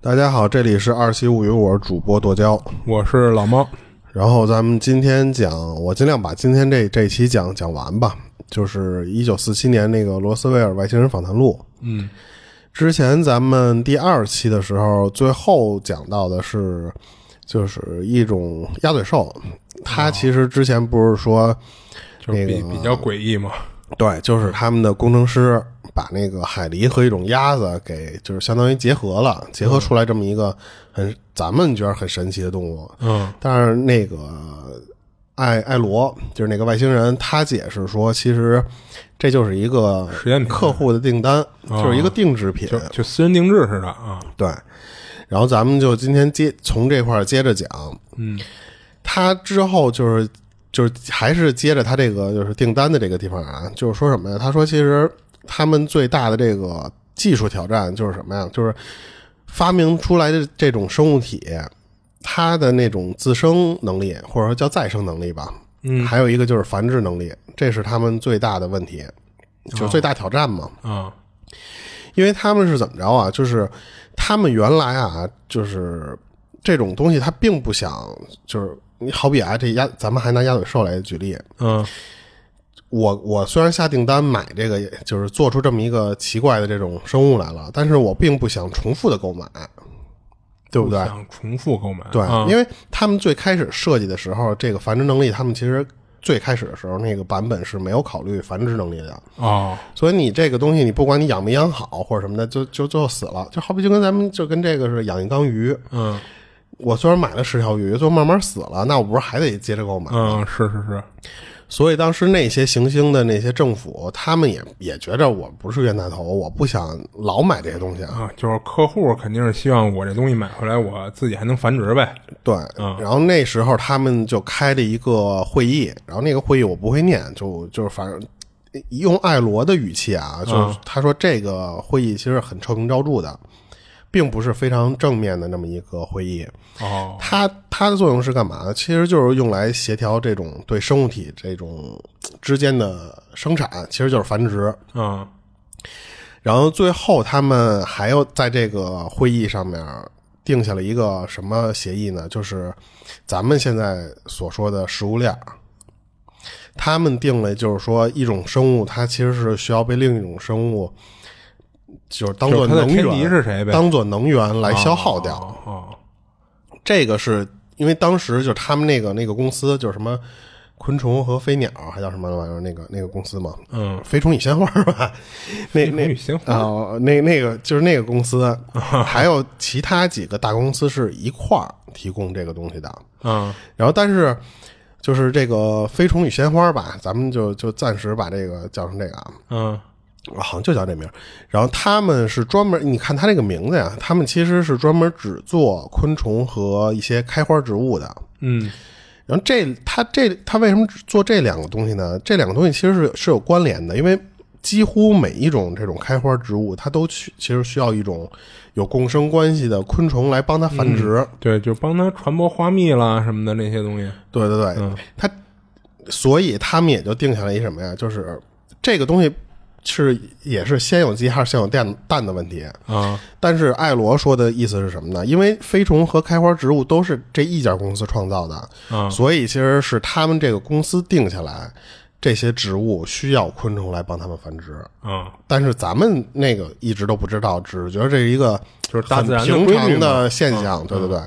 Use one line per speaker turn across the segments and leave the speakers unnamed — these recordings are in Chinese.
大家好，这里是二期物语，我是主播剁椒。
我是老猫，
然后咱们今天讲，我尽量把今天这这期讲讲完吧，就是一九四七年那个罗斯威尔外星人访谈录。
嗯，
之前咱们第二期的时候，最后讲到的是，就是一种鸭嘴兽，它其实之前不是说，
就是
那
比、
个
比较诡异嘛，
对，就是他们的工程师把那个海狸和一种鸭子给，就是相当于结合了，结合出来这么一个很咱们觉得很神奇的动物。
嗯
但是那个艾艾罗就是那个外星人，他解释说，其实这就是一个
实验品
客户的订单，
哦
就是一个定制品。
就就私人定制似的啊，
对，然后咱们就今天接从这块儿接着讲，
嗯，
他之后就是就是还是接着他这个就是订单的这个地方啊，就是说什么呀？他说其实他们最大的这个技术挑战就是什么呀？就是发明出来的这种生物体，它的那种自生能力或者说叫再生能力吧，
嗯
还有一个就是繁殖能力，这是他们最大的问题，就是
哦
最大挑战嘛。
啊，
因为他们是怎么着啊？就是他们原来啊，就是这种东西，他并不想，就是你好比啊，这鸭，咱们还拿鸭嘴兽来举例，
嗯
我我虽然下订单买这个，就是做出这么一个奇怪的这种生物来了，但是我并不想重复的购买，对不对？
想重复购买，
对，
啊
因为他们最开始设计的时候，这个繁殖能力，他们其实最开始的时候那个版本是没有考虑繁殖能力的，
哦，
所以你这个东西，你不管你养没养好或者什么的，就就就死了。就好比就跟咱们就跟这个似的，养一缸鱼，
嗯
我虽然买了十条鱼，最后慢慢死了，那我不是还得接着购买？
嗯，是是是，
所以当时那些行星的那些政府，他们也也觉着我不是冤大头，我不想老买这些东西啊。
啊，就是客户肯定是希望我这东西买回来，我自己还能繁殖呗，
对，然后那时候他们就开了一个会议，然后那个会议我不会念，就就是反正。用艾罗的语气啊，就是他说这个会议其实很臭名昭著的，并不是非常正面的那么一个会议。
哦，
它它的作用是干嘛呢？其实就是用来协调这种对生物体这种呃之间的生产，其实就是繁殖。
嗯
然后最后他们还要在这个会议上面定下了一个什么协议呢？就是咱们现在所说的食物链儿。他们定了，就是说一种生物它其实是需要被另一种生物，就是当做
就是它的
能
天敌
源，
是谁呗
当做能源来消耗掉。
哦哦，
这个是因为当时就是他们那个那个公司就是什么昆虫和飞鸟，还叫什么玩意儿那个那个公司嘛，
嗯，
飞虫与鲜花儿吧，那
那
那
女行，
啊、那那个就是那个公司，还有其他几个大公司是一块儿提供这个东西的。
嗯
然后但是就是这个飞虫与鲜花儿吧，咱们就就暂时把这个叫成这个啊。
嗯
好像就叫这名儿，然后他们是专门，你看他这个名字呀，他们其实是专门只做昆虫和一些开花植物的，
嗯，
然后这他这他为什么只做这两个东西呢？这两个东西其实是是有关联的，因为几乎每一种这种开花植物，它都需其实需要一种有共生关系的昆虫来帮它繁殖。
对，就帮他传播花蜜啦什么的那些东西，
对对对，
嗯
它所以他们也就定下来一什么呀？就是这个东西是也是先有鸡还是先有蛋蛋的问题。
啊，
但是艾罗说的意思是什么呢？因为飞虫和开花植物都是这一家公司创造的，
嗯
所以其实是他们这个公司定下来，这些植物需要昆虫来帮它们繁殖。
嗯，
但是咱们那个一直都不知道，只是觉得这是一个
就是大
很
自然的
平
规律
常
嘛嗯
的现象，对对对。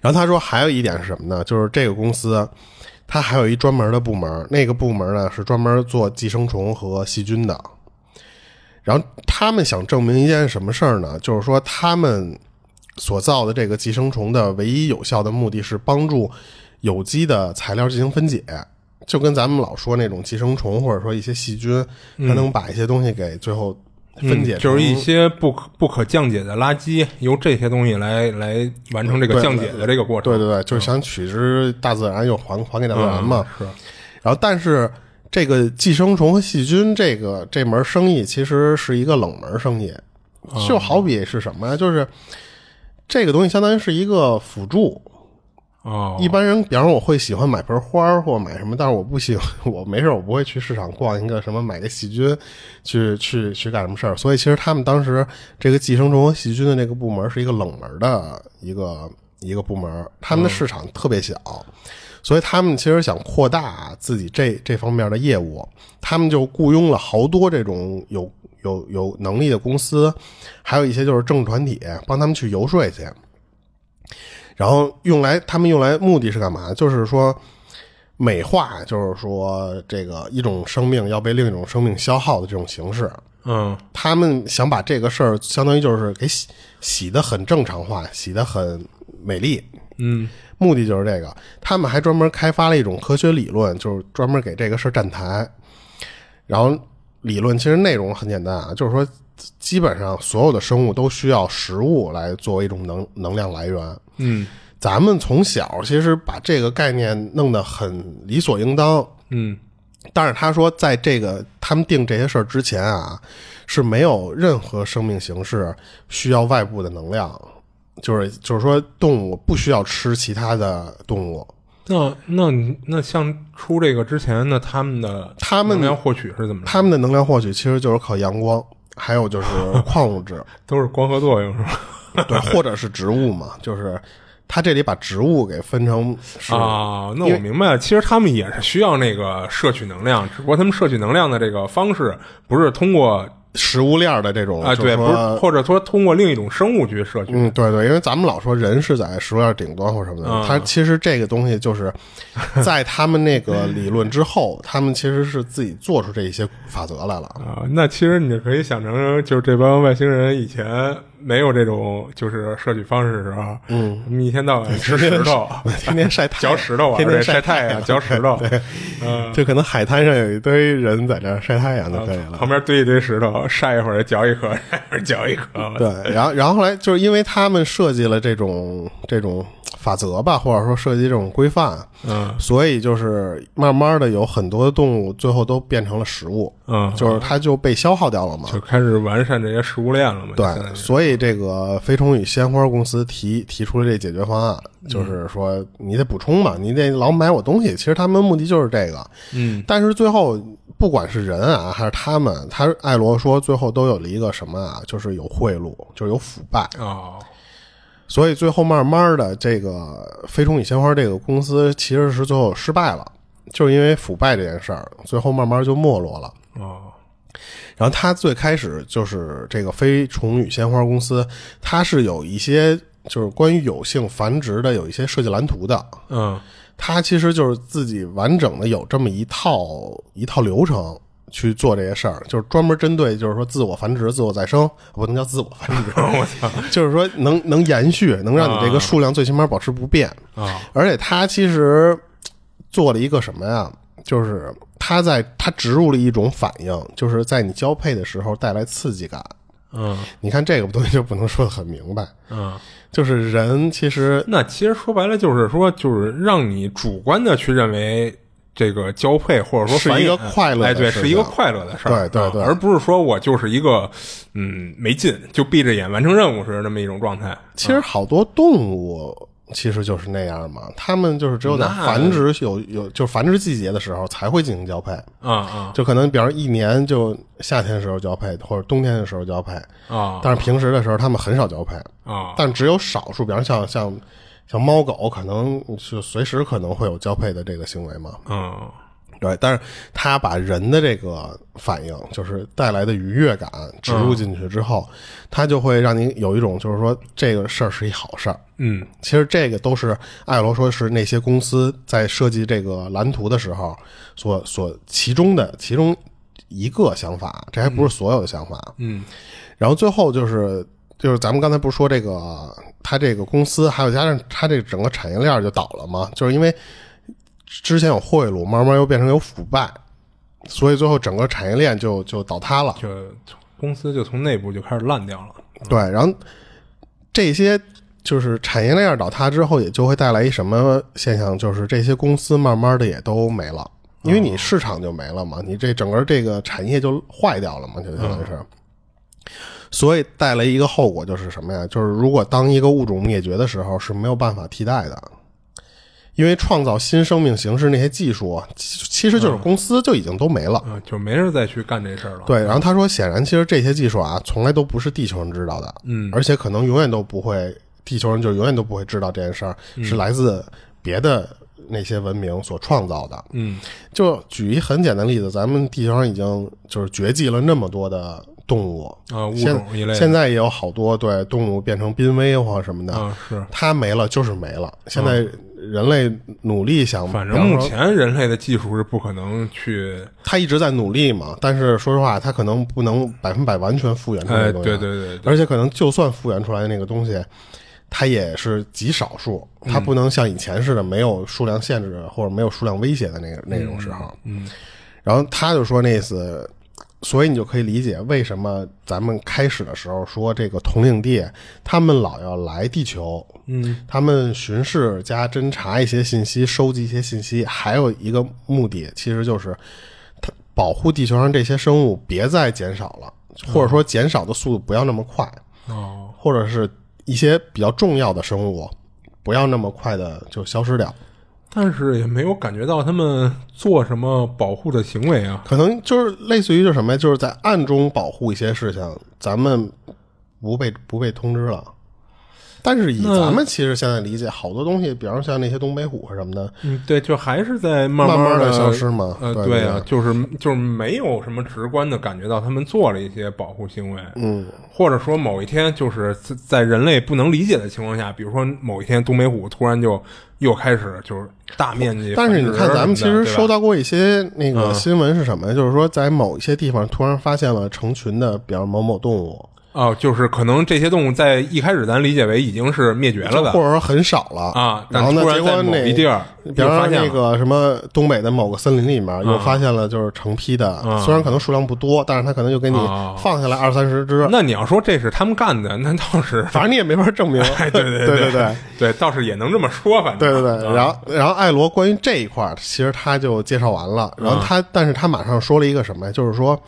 然后他说还有一点是什么呢？就是这个公司，它还有一专门的部门，那个部门呢是专门做寄生虫和细菌的。然后他们想证明一件什么事儿呢？就是说他们所造的这个寄生虫的唯一有效的目的是帮助有机的材料进行分解，就跟咱们老说那种寄生虫或者说一些细菌，它能把一些东西给最后分解
嗯、
成、
就是一些不可不可降解的垃圾，由这些东西来来完成这个
对
降解的这个过程。
对对对，就是想取之大自然，又还还给大自然
嗯
嘛。
是，
然后，但是这个寄生虫和细菌这个这门生意其实是一个冷门生意，
啊
就好比是什么呀？就是这个东西相当于是一个辅助，
哦，
一般人，比方说我会喜欢买盆花儿或买什么，但是我不喜欢，我没事儿我不会去市场逛一个什么买个细菌，去去去干什么事儿。所以其实他们当时这个寄生虫和细菌的这个部门是一个冷门的一个 一个部门，他们的市场特别小，所以他们其实想扩大自己这这方面的业务，他们就雇佣了好多这种有有有能力的公司，还有一些就是政治团体帮他们去游说去。然后用来他们用来目的是干嘛？就是说美化，就是说这个一种生命要被另一种生命消耗的这种形式。
嗯
他们想把这个事儿，相当于就是给洗洗的很正常化，洗的很美丽。
嗯
目的就是这个。他们还专门开发了一种科学理论，就是专门给这个事儿站台。然后理论其实内容很简单啊，就是说基本上所有的生物都需要食物来作为一种能能量来源。
嗯
咱们从小其实把这个概念弄得很理所应当，
嗯
但是他说，在这个他们定这些事儿之前啊，是没有任何生命形式需要外部的能量，就是就是说，动物不需要吃其他的动物，
那那你那像出这个之前，那他们的
他们
要获取是怎么着？
它们的能量获取其实就是靠阳光，还有 就是矿物质，
都是光合作用是吧？
对，或者是植物嘛，就是他这里把植物给分成是
啊，那我明白了。其实他们也是需要那个摄取能量，只不过他们摄取能量的这个方式不是通过
食物链儿的这种
啊，
就是
对，不
说
是，或者说通过另一种生物去摄取。
嗯，对对，因为咱们老说人是在食物链顶端或什么的，
嗯
它其实这个东西就是 在他们那个理论之后，他们其实是自己做出这一些法则来了。
啊，那其实你就可以想成，就是这帮外星人以前没有这种就是摄取方式的时候，嗯，他们一天到晚吃石 头，
天天晒太阳，
嚼石头啊，
天天
对晒
太
阳，嚼石 头，嗯
阳，就可能海滩上有一堆人在这儿晒太阳就可以了。
旁边堆一堆石头，晒一会儿嚼一颗， 晒一会儿嚼一颗。
对，然后然后后来就是因为他们设计了这种这种法则吧，或者说设计这种规范，
嗯
所以就是慢慢的有很多动物最后都变成了食物，
嗯，
就是它就被消耗掉了嘛。
就开始完善这些食物链了嘛。现在
对，所以这个飞虫与鲜花公司提提出了这解决方案，就是说你得补充嘛，你得老买我东西。其实他们目的就是这个，
嗯
但是最后不管是人啊还是他们，他艾罗说最后都有了一个什么啊，就是有贿赂，就是有腐败。
哦，
所以最后慢慢的，这个飞虫与鲜花这个公司其实是最后失败了，就是因为腐败这件事儿，最后慢慢就没落了。
哦，
然后它最开始就是这个飞虫与鲜花公司，它是有一些就是关于有性繁殖的有一些设计蓝图的。
嗯
它其实就是自己完整的有这么一套一套流程去做这些事儿，就是专门针对就是说自我繁殖、自我再生，不能叫自我繁殖， 我操，就是说能能延续，能让你这个数量最起码保持不变。
啊
而且它其实做了一个什么呀？就是它在它植入了一种反应，就是在你交配的时候带来刺激感。
嗯
你看这个东西就不能说的很明白，
嗯。
就是人其实
那其实说白了就是说，就是让你主观的去认为这个交配或者说
是
繁衍
一个快乐的
哎，对，
事
是一个
情
快乐的事
对
儿，
对对
啊而不是说我就是一个嗯没劲就闭着眼完成任务时那么一种状态。
其实好多动物其实就是那样嘛，它们就是只有在
那
繁殖有有就是繁殖季节的时候才会进行交配，
啊啊
就可能比方说一年就夏天的时候交配或者冬天的时候交配，
啊
但是平时的时候它们很少交配。
啊！
但只有少数，比方像像像猫狗，可能是随时可能会有交配的这个行为嘛。
嗯
对，但是它把人的这个反应，就是带来的愉悦感植入进去之后，它就会让你有一种就是说这个事儿是一好事儿。
嗯
其实这个都是艾罗说是那些公司在设计这个蓝图的时候所所其中的其中一个想法，这还不是所有的想法。
嗯
然后最后就是就是咱们刚才不是说这个他这个公司，还有加上他这整个产业链儿就倒了吗？就是因为之前有贿赂，慢慢又变成有腐败，所以最后整个产业链就就倒塌了。
就公司就从内部就开始烂掉了。
对，然后这些就是产业链倒塌之后，也就会带来一什么现象，就是这些公司慢慢的也都没了，因为你市场就没了嘛，你这整个这个产业就坏掉了嘛，就相当于是。所以带来一个后果就是什么呀？就是如果当一个物种灭绝的时候是没有办法替代的，因为创造新生命形式那些技术，其其实就是公司就已经都没了。
啊，就没人再去干这事儿了。
对，然后他说，显然其实这些技术啊，从来都不是地球人知道的，
嗯
而且可能永远都不会，地球人就永远都不会知道这件事儿
嗯
是来自别的那些文明所创造的。
嗯
就举一很简单的例子，咱们地球上已经就是绝迹了那么多的动物，
啊，物
现
种一类的
现在也有好多对动物变成濒危或什么的，
啊是。
它没了就是没了。现在人类努力想，
嗯反
比
正
方
目
说
前人类的技术是不可能去，
它一直在努力嘛，但是说实话，它可能不能百分百完全复原出来
哎，
的东西。
对对对对，
而且可能就算复原出来的那个东西，它也是极少数，
嗯
它不能像以前似的没有数量限制或者没有数量威胁的那个那种时候。
嗯
然后他就说那意思，所以你就可以理解为什么咱们开始的时候说这个同领地他们老要来地球，
嗯
他们巡视加侦查一些信息，收集一些信息，还有一个目的其实就是他保护地球上这些生物别再减少了，或者说减少的速度不要那么快，
嗯哦
或者是一些比较重要的生物不要那么快的就消失掉。
但是也没有感觉到他们做什么保护的行为啊。
可能就是类似于就是什么呀，就是在暗中保护一些事情，咱们不被不被通知了。但是以
那
咱们其实现在理解，好多东西，比方说像那些东北虎什么的，
嗯，对，就还是在慢
慢
的
的消失嘛。
呃，
对
啊，就是就是没有什么直观的感觉到他们做了一些保护行为，嗯，或者说某一天就是在在人类不能理解的情况下，比如说某一天东北虎突然就又开始就是大面积繁
但
殖
是
什么
你
的，
看，咱们其实
对吧嗯
收到过一些那个新闻是什么呀？就是说在某一些地方突然发现了成群的，比方某某动物，
哦，就是可能这些动物在一开始咱理解为已经是灭绝了
或
的
者说很少了
啊，
然
但
后呢
突，
结
然在
果
某
那
一地儿
比
又
方
发
说那
现了嗯
个什么东北的某个森林里面，又发现了就是成批的，虽然可能数量不多，但是它可能就给你
哦
放下来二三十只，
那你要说这是他们干的，那倒是，
反正你也没法证明。
哎， 对对
对
对
对
对，倒是也能这么说，反
对
正
对对，然后然后艾罗关于这一块儿，其实他就介绍完了，然后他、但是他马上说了一个什么呀？就是说，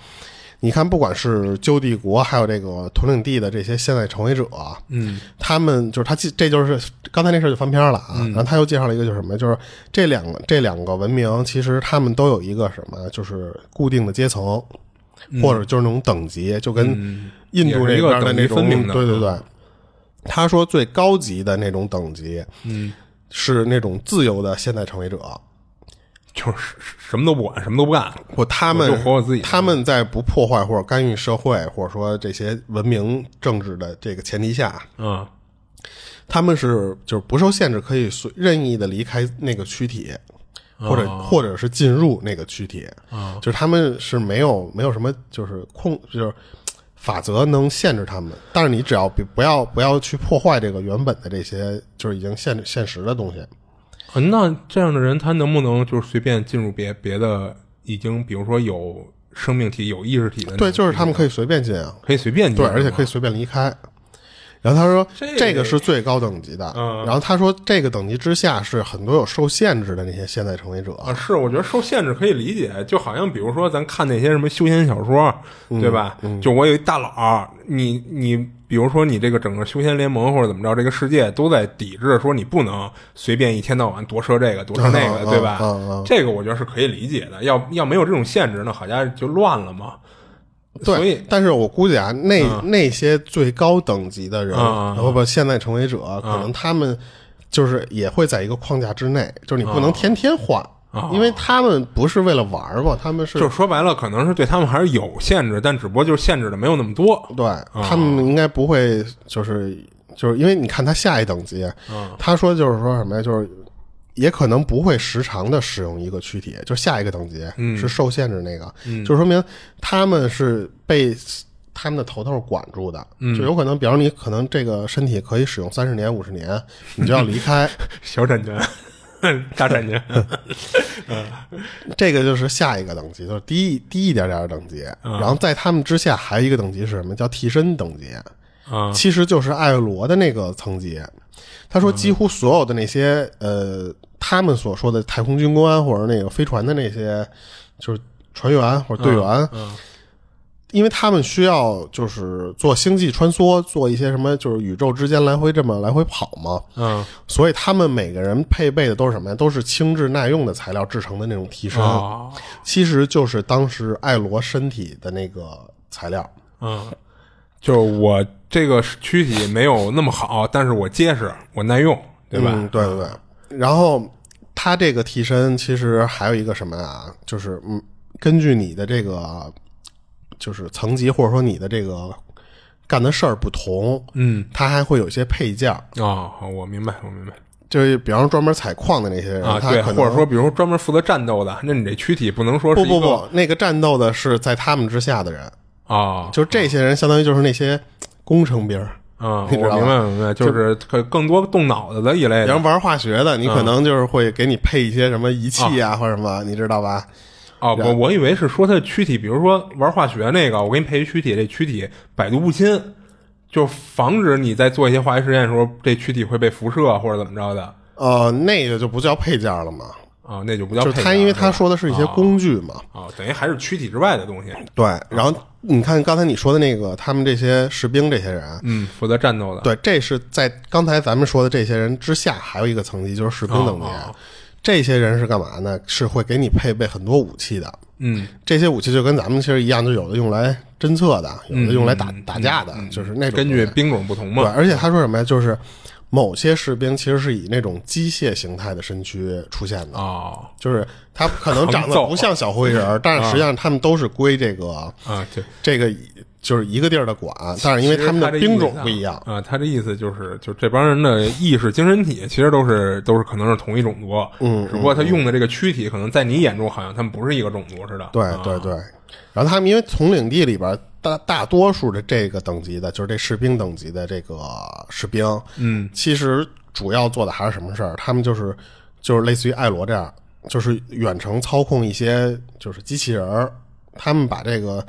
你看，不管是旧帝国，还有这个统领地的这些现在成为者，
嗯
他们就是他记，这就是刚才那事儿就翻篇儿了啊。然后他又介绍了一个，就是什么，就是这两个这两个文明，其实他们都有一个什么，就是固定的阶层，
嗯
或者就是那种等级，就跟印度那
也是一个
边的那
等级
种，
分明的
对对对。他说最高级的那种等级
嗯，
是那种自由的现代成为者，
就是什么都不管，什么都不干，
不，他们
我就活我自己的
他们在不破坏或者干预社会，或者说这些文明政治的这个前提下，
嗯
他们是就是不受限制，可以随任意的离开那个躯体，
哦
或者、或者是进入那个躯体，
啊
就是他们是没有没有什么就是控就是法则能限制他们，但是你只要不不要不要去破坏这个原本的这些就是已经限制现实的东西，
啊那这样的人他能不能就是随便进入别别的已经，比如说有生命体、有意识体的那种？
对，就是他们可以随便进啊，
可以随便进
对，
入，
而且可以随便离开。然后他说，
这
这个是最高等级的。
嗯
然后他说，这个等级之下是很多有受限制的那些现代成为者。
啊，是，我觉得受限制可以理解，就好像比如说咱看那些什么休闲小说，对吧？就我有一大佬儿，你你比如说你这个整个休闲联盟或者怎么着，这个世界都在抵制说你不能随便一天到晚夺车这个夺车那个，
嗯
对吧？
嗯嗯
这个我觉得是可以理解的，要要没有这种限制呢，好家伙就乱了嘛。所以嗯
对，但是我估计啊，那、那些最高等级的人，
嗯嗯嗯嗯
不不，现代成为者，可能他们就是也会在一个框架之内，就是你不能天天换，
哦
因为他们不是为了玩儿嘛，他们是
就是说白了，可能是对他们还是有限制，但只不过就是限制的没有那么多。
对他们应该不会，就是就是因为你看他下一等级，他说就是说什么呀，就是也可能不会时常的使用一个躯体，就下一个等级是受限制那个，就说明他们是被。他们的头头是管住的，就有可能，比方说你可能这个身体可以使用三十年、五十年，你就要离开，
小展拳，大展拳，
这个就是下一个等级，就是低一低一点点的等级。然后在他们之下还有一个等级是什么？叫替身等级。
啊
其实就是艾罗的那个层级。他
嗯
说，几乎所有的那些呃，他们所说的太空啊
嗯
军官或者那个飞船的那些，就是船员或者队员，因为他们需要就是做星际穿梭，做一些什么就是宇宙之间来回这么来回跑嘛，
嗯，
所以他们每个人配备的都是什么呀？都是轻质耐用的材料制成的那种替身，
啊，
其实就是当时艾罗身体的那个材料。
嗯，就是我这个躯体没有那么好，但是我结实，我耐用，对吧？
嗯对对对。然后他这个替身其实还有一个什么啊？就是嗯，根据你的这个就是层级或者说你的这个干的事儿不同，
嗯，
他还会有一些配件儿，
哦，好，我明白，我明白
就是比方说专门采矿的那些人，
啊，
他
对，
可能
或者说比如说专门负责战斗的，那你这躯体不能说是
不不
一个
不，那个战斗的是在他们之下的人，
啊，
就这些人相当于就是那些工程兵儿。
嗯，我
你知道吧
明白明白，就是可更多动脑子的一类
比
的
方玩化学的，你
嗯
可能就是会给你配一些什么仪器啊，或者什么，你知道吧？
哦，我我以为是说他的躯体，比如说玩化学那个，我给你配一躯体，这躯体百毒不侵，就防止你在做一些化学实验的时候，这躯体会被辐射或者怎么着的
呃，那个就不叫配件了嘛，
啊，那就不叫
就
配
是
件
他，因为
是吧
他说的是一些
啊
工具嘛。
哦，等于还是躯体之外的东西，
对，然后你看刚才你说的那个，他们这些士兵这些人，啊
嗯，负责战斗的，
对，这是在刚才咱们说的这些人之下，还有一个层级就是士兵等级
哦哦。
这些人是干嘛呢？是会给你配备很多武器的。
嗯，
这些武器就跟咱们其实一样，就有的用来侦测的，有的用来打、
嗯
打架的，就是那种
根
东
据
西
兵种不同
对，
嘛，
而且他说什么呀？就是某些士兵其实是以那种机械形态的身躯出现的，
哦，
就是他可能长得
扛揍嗯
不像小灰人儿，但是实际上他们都是归这个、
啊，对，
这个就是一个地儿的管，但是因为他们的兵种不一样，
啊，他这意思就是，就这帮人的意识、精神体其实都是都是可能是同一种族，嗯，只不过他用的这个躯体，可能在你眼中好像他们不是一个种族似的，
对
啊
对对。然后他们因为从领地里边儿大大多数的这个等级的，就是这士兵等级的这个士兵，
嗯，
其实主要做的还是什么事儿？他们就是就是类似于艾罗这样，就是远程操控一些就是机器人儿，他们把这个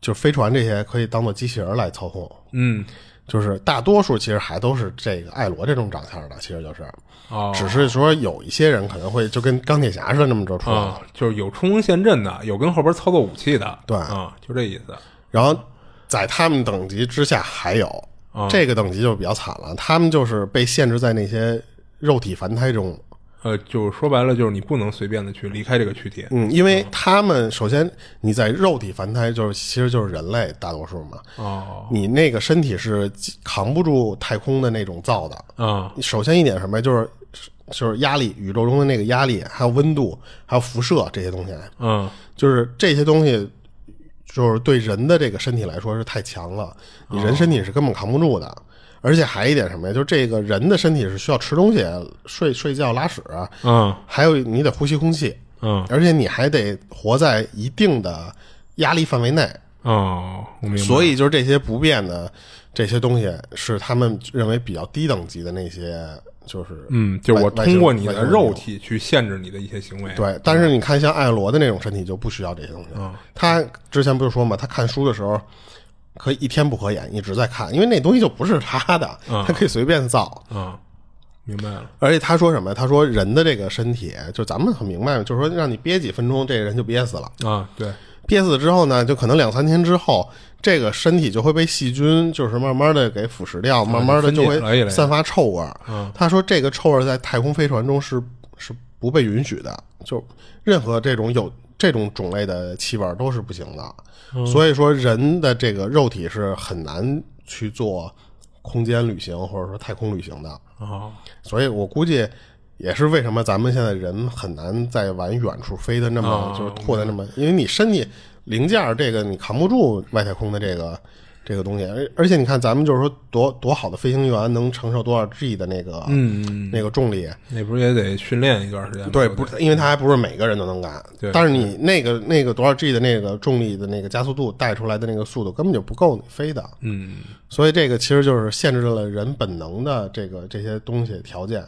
就是飞船这些可以当做机器人儿来操控。
嗯，
就是大多数其实还都是这个艾罗这种长相的，其实就是，
哦，
只是说有一些人可能会就跟钢铁侠似的那么着出来，
啊，就是有冲锋陷阵的，有跟后边操作武器的，
对
啊，就这意思，
然后在他们等级之下还有、
啊
这个等级就比较惨了，他们就是被限制在那些肉体凡胎中，
呃，就是说白了，就是你不能随便的去离开这个躯体，
嗯，因为他们首先你在肉体凡胎，就是其实就是人类大多数嘛，
哦，
你那个身体是扛不住太空的那种造的。
啊，
首先一点什么呀，就是就是压力，宇宙中的那个压力，还有温度，还有辐射这些东西，
嗯，
就是这些东西，就是对人的这个身体来说是太强了，你人身体是根本扛不住的。而且还一点什么呀，就是这个人的身体是需要吃东西、睡睡觉、拉屎，
嗯，
还有你得呼吸空气。
嗯，
而且你还得活在一定的压力范围内，
哦，我明白，
所以就是这些不变的这些东西是他们认为比较低等级的那些，就是
嗯，就是我
外星
通过你
外
的
星人
肉体去限制你的一些行为，
对。但是你看像艾罗的那种身体就不需要这些东西，他之前不是说嘛，他看书的时候。可以一天不合眼，一直在看，因为那东西就不是他的，他可以随便造。
啊，明白了。
而且他说什么呀？他说人的这个身体，就咱们很明白，就是说让你憋几分钟，这人就憋死了。
啊，对，
憋死之后呢，就可能两三天之后，这个身体就会被细菌就是慢慢的给腐蚀掉，慢慢的就
分解了一
会
类
散发臭味儿。他说这个臭味儿在太空飞船中是是不被允许的，就任何这种有这种种类的气味儿都是不行的。所以说人的这个肉体是很难去做空间旅行或者说太空旅行的。
哦，
所以我估计也是为什么咱们现在人很难再往远处飞的那么、
啊
就是拓的那么，因为你身体零件儿这个你扛不住外太空的这个这个东西，而而且你看咱们就是说多多好的飞行员能承受多少 G 的那个、
嗯，
那个重力。
那不是也得训练一段时间吗？
对，不是，因为它还不是每个人都能干
对，
但是你那个那个多少 G 的那个重力的那个加速度带出来的那个速度根本就不够你飞的，
嗯，
所以这个其实就是限制了人本能的这个这些东西条件，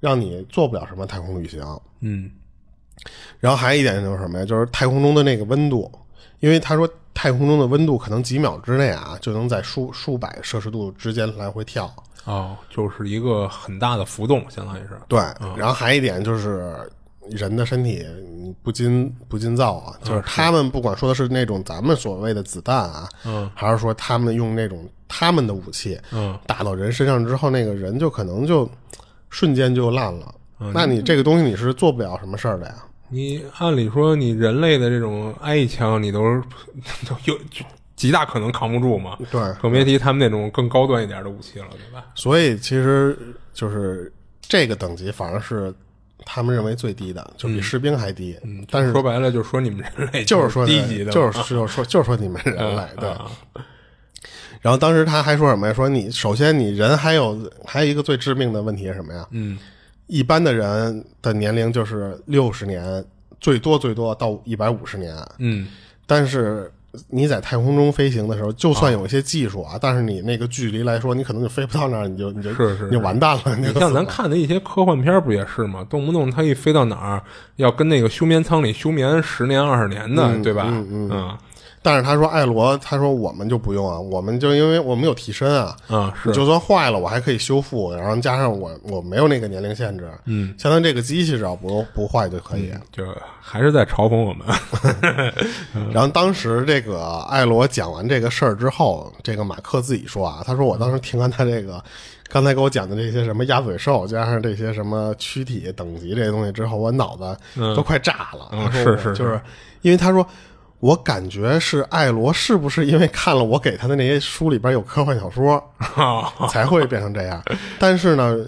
让你做不了什么太空旅行。
嗯，
然后还有一点就是什么呀？就是太空中的那个温度，因为他说太空中的温度可能几秒之内啊，就能在数数百摄氏度之间来回跳。
哦，就是一个很大的浮动，相当于是，
对，然后还有一点就是人的身体你不禁不禁造啊，就是他们不管说的是那种咱们所谓的子弹啊，
嗯，
还是说他们用那种他们的武器，
嗯，
打到人身上之后，那个人就可能就瞬间就烂了。那你这个东西你是做不了什么事儿的呀。
你按理说你人类的这种挨一枪，你都是 都有极大可能扛不住嘛，
对，
更别提他们那种更高端一点的武器了，对吧？
所以其实就是这个等级反而是他们认为最低的，就比士兵还低。嗯，但是
说白了，就说你们人类
就是说
低级的嘛，啊嗯
就是就是说就是说你们人类对。然后当时他还说什么呀？说你首先你人还有还有一个最致命的问题是什么呀？
嗯，
一般的人的年龄就是六十年，最多最多到一百五十年。
嗯，
但是你在太空中飞行的时候，就算有一些技术啊，但是你那个距离来说，你可能就飞不到那儿，你就是你就是
是
你就完蛋了。你
你
就
像咱看的一些科幻片儿不也是吗？动不动他一飞到哪儿，要跟那个休眠舱里休眠十年二十年的，对吧？嗯嗯
但是他说艾罗，他说我们就不用啊，我们就因为我们有替身啊，
啊
你
是
就算坏了，我还可以修复，然后加上我我没有那个年龄限制，嗯，相当于这个机器只要不不坏就可以。
就还是在嘲讽 我们，嗯
然后当时这个艾罗讲完这个事儿之后，这个马克自己说啊，他说我当时听完他这个刚才给我讲的这些什么鸭嘴兽，加上这些什么躯体等级这些东西之后，我脑子都快炸了。
嗯
他说
是
我
是 是
就是因为他说。我感觉是艾罗是不是因为看了我给他的那些书里边有科幻小说，
啊
才会变成这样。但是呢，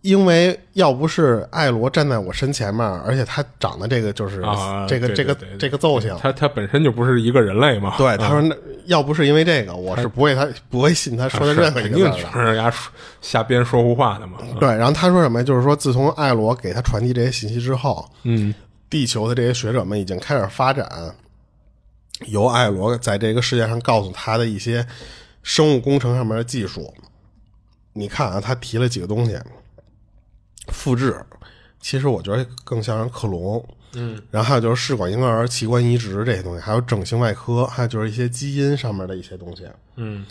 因为要不是艾罗站在我身前面，而且他长得这个就是、
啊
这个
对
这个
对对
这个造型，
他他嗯本身就不是一个人类嘛，啊
对，他说那要不是因为这个，我是不会他不会信他说的
是
任何一
肯
个字嗯
定
儿的。
全是人家说瞎编说胡话的嘛。啊
对，然后他说什么呀？就是说，自从艾罗给他传递这些信息之后，
嗯，
地球的这些学者们已经开始发展由艾罗在这个世界上告诉他的一些生物工程上面的技术。你看啊，他提了几个东西，复制，其实我觉得更像是克隆。嗯，然后还有就是试管婴儿、器官移植这些东西，还有整形外科，还有就是一些基因上面的一些东西。
嗯，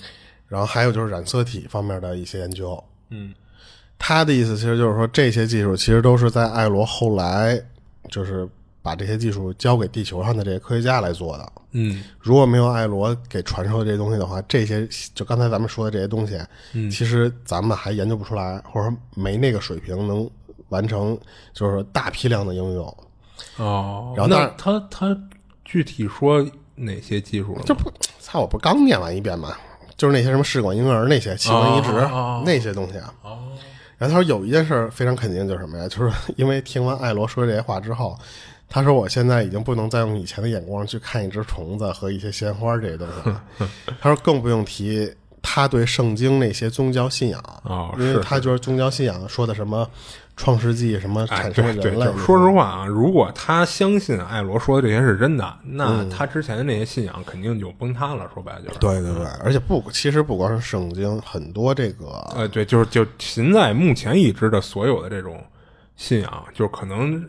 然后还有就是染色体方面的一些研究。
嗯，
他的意思其实就是说，这些技术其实都是在艾罗后来就是把这些技术交给地球上的这些科学家来做的。
嗯，
如果没有艾罗给传授的这些东西的话，这些就刚才咱们说的这些东西，其实咱们还研究不出来，或者说没那个水平能完成，就是说大批量的应用。
哦，
然后
那
但
他他具体说哪些技术了吗？
这不，操！我不是刚念完一遍吗？就是那些什么试管婴儿那些器官移植、
哦哦哦
那些东西啊。然后他说有一件事儿非常肯定，就是什么呀？就是因为听完艾罗说这些话之后，他说我现在已经不能再用以前的眼光去看一只虫子和一些鲜花这些东西了。 他说更不用提他对圣经那些宗教信仰，
哦
因
是
为他觉得宗教信仰说的什么创世纪什么
哎，
产生
对
了
对，
人类，
就是说实话啊，如果他相信艾罗说的这些是真的，
嗯
那他之前的那些信仰肯定就崩塌了。说白了就是，
对对对，而且不，其实不光是圣经，很多这个
呃，对，就是就现在目前已知的所有的这种信仰，就可能，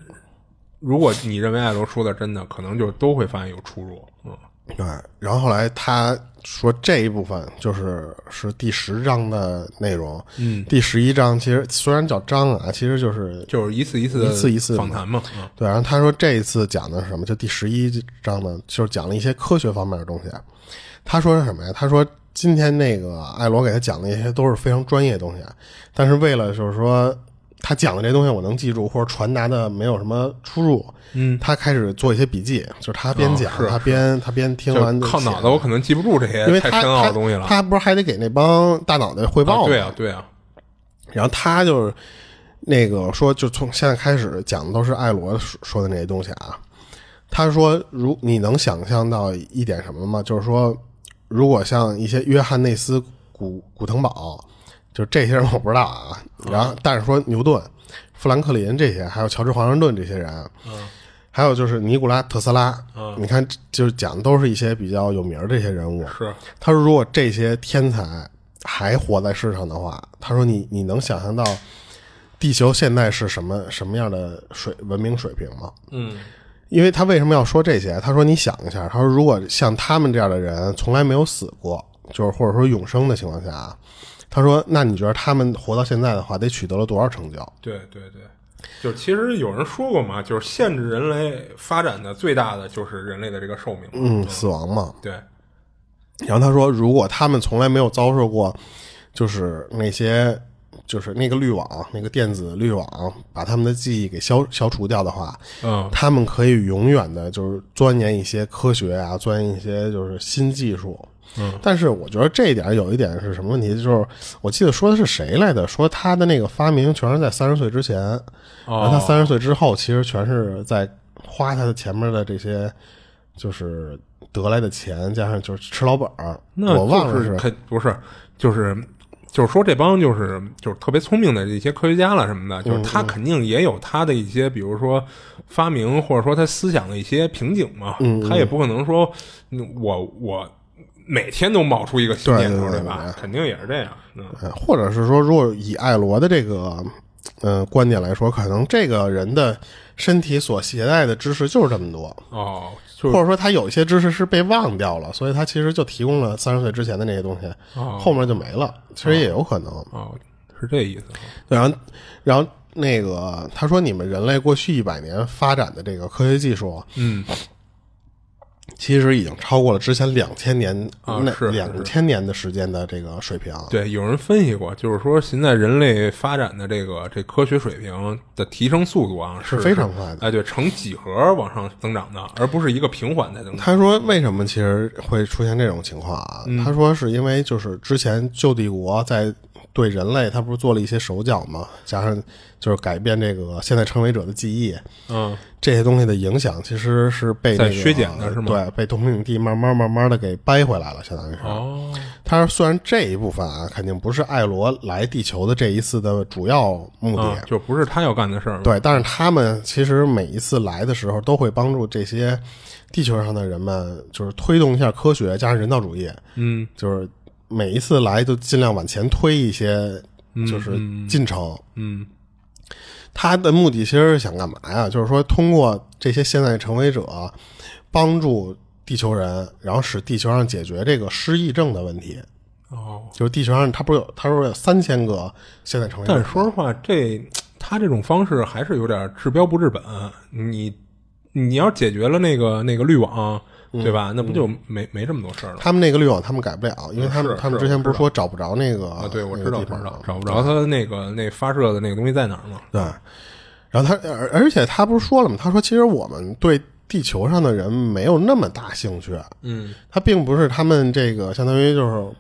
如果你认为艾罗说的真的，可能就都会发现有出入。嗯，
对，然后后来他说这一部分就是是第十章的内容，嗯，第十一章其实虽然叫章啊，其实就是
就是一次一次的
一次一次的
访谈嘛。嗯
对。然后他说这一次讲的是什么？就第十一章呢，就是讲了一些科学方面的东西。啊他说是什么呀？他说今天那个艾罗给他讲的一些都是非常专业的东西，啊但是为了就是说他讲的这些东西我能记住，或者传达的没有什么出入，
嗯，
他开始做一些笔记，就是他边
哦
讲、
是
他边他边听完
就靠
写
脑子，我可能记不住这些
因为
太
他
深奥
他
的东西了。啊
他不是还得给那帮大脑袋汇报吗、
对啊，对啊，
然后他就是那个说，就从现在开始讲的都是艾罗说说的那些东西啊。他说，如你能想象到一点什么吗？就是说，如果像一些约翰内斯、古古腾堡，就这些人我不知道啊。
嗯
然后，但是说牛顿、富兰克林这些，还有乔治华盛顿这些人，
嗯
还有就是尼古拉特斯拉，你看，就是讲的都是一些比较有名儿的这些人物，
是
他说，如果这些天才还活在世上的话，他说你你能想象到地球现在是什么什么样的水文明水平吗？
嗯，
因为他为什么要说这些？他说你想一下，他说如果像他们这样的人从来没有死过，就是或者说永生的情况下啊，他说那你觉得他们活到现在的话，得取得了多少成就？
对对对，就是其实有人说过嘛，就是限制人类发展的最大的就是人类的这个寿命。
嗯，死亡嘛。
对，
然后他说，如果他们从来没有遭受过，就是那些就是那个滤网，那个电子滤网把他们的记忆给消消除掉的话，
嗯，
他们可以永远的就是钻研一些科学啊，钻研一些就是新技术。
嗯，
但是我觉得这一点有一点是什么问题？就是我记得说的是谁来的？说他的那个发明全是在三十岁之前，然后他啊
哦，
三十岁之后其实全是在花他的前面的这些就是得来的钱，加上就是吃老本儿。
那
我忘了
就是
是
肯不是，就是就是说这帮就是就是特别聪明的一些科学家了什么的，
嗯
就是他肯定也有他的一些，比如说发明或者说他思想的一些瓶颈嘛，
嗯
他也不可能说嗯我我每天都冒出一个新
对
念头
对对对
吧？
对
肯定也是这样，嗯
呃或者是说，如果以艾罗的这个呃观点来说，可能这个人的身体所携带的知识就是这么多，
哦，就
或
是
者说他有一些知识是被忘掉了，所以他其实就提供了三十岁之前的那些东西，
哦
后面就没了，其实也有可能。
哦是这意思啊，
对，然后，然后那个他说，你们人类过去一百年发展的这个科学技术，
嗯
其实已经超过了之前两千年
啊
那
是是
两千年的时间的这个水平。
对，有人分析过，就是说现在人类发展的这个这科学水平的提升速度啊，是
非常快的
哎，对，呈几何往上增长的，而不是一个平缓在增长。
他说：“为什么其实会出现这种情况啊？
嗯
他说是因为就是之前旧帝国在对人类，他不是做了一些手脚吗？加上就是改变这个现在成为者的记忆，
嗯，
这些东西的影响其实是被、那
在
个、
削减的是吗
对，被统领地慢慢慢慢的给掰回来了，相当于是。
哦，
他说虽然这一部分啊，肯定不是艾罗来地球的这一次的主要目的，
啊，就不是他要干的事儿了。
对，但是他们其实每一次来的时候，都会帮助这些地球上的人们，就是推动一下科学加上人道主义，
嗯，
就是每一次来就尽量往前推一些，就是进程。
嗯
他的目的其实是想干嘛呀？就是说，通过这些现在成为者，帮助地球人，然后使地球上解决这个失忆症的问题。
嗯，哦，
就是地球上，他不是有，他说有三千个现在成为者，
但是说实话，这他这种方式还是有点治标不治本。你你要解决了那个那个滤网，
嗯
对吧？那不就没没这么多事儿了。
他们那个滤网他们改不了，因为他们
是
他们
是
之前
我
不是说找不着那个啊
啊，对，我知道，我知道，
找
找不着他那个那发射的那个东西在哪儿嘛。
对。然后他而而且他不是说了吗？他说其实我们对地球上的人没有那么大兴趣，
嗯，
他并不是他们这个相当于就是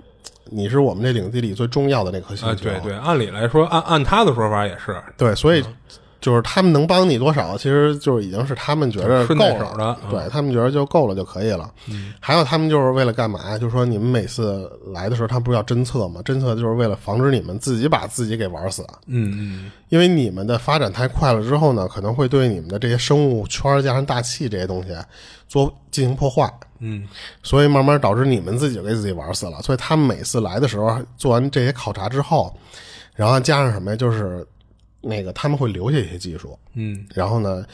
你是我们这领地里最重要的那颗星
啊，
球，
对嗯对，按理来说，按按他的说法也是
对所以就是他们能帮你多少，其实就是已经是他们觉得
顺
够
带手
了，
的，嗯
对他们觉得就够了就可以了。还有他们就是为了干嘛呀？就是说你们每次来的时候，他们不是要侦测吗？侦测就是为了防止你们自己把自己给玩死，啊
嗯嗯
因为你们的发展太快了之后呢，可能会对你们的这些生物圈儿加上大气这些东西做进行破坏，
嗯，
所以慢慢导致你们自己给自己玩死了。所以他们每次来的时候做完这些考察之后，然后加上什么呀？就是那个他们会留下一些技术，
嗯
然后呢，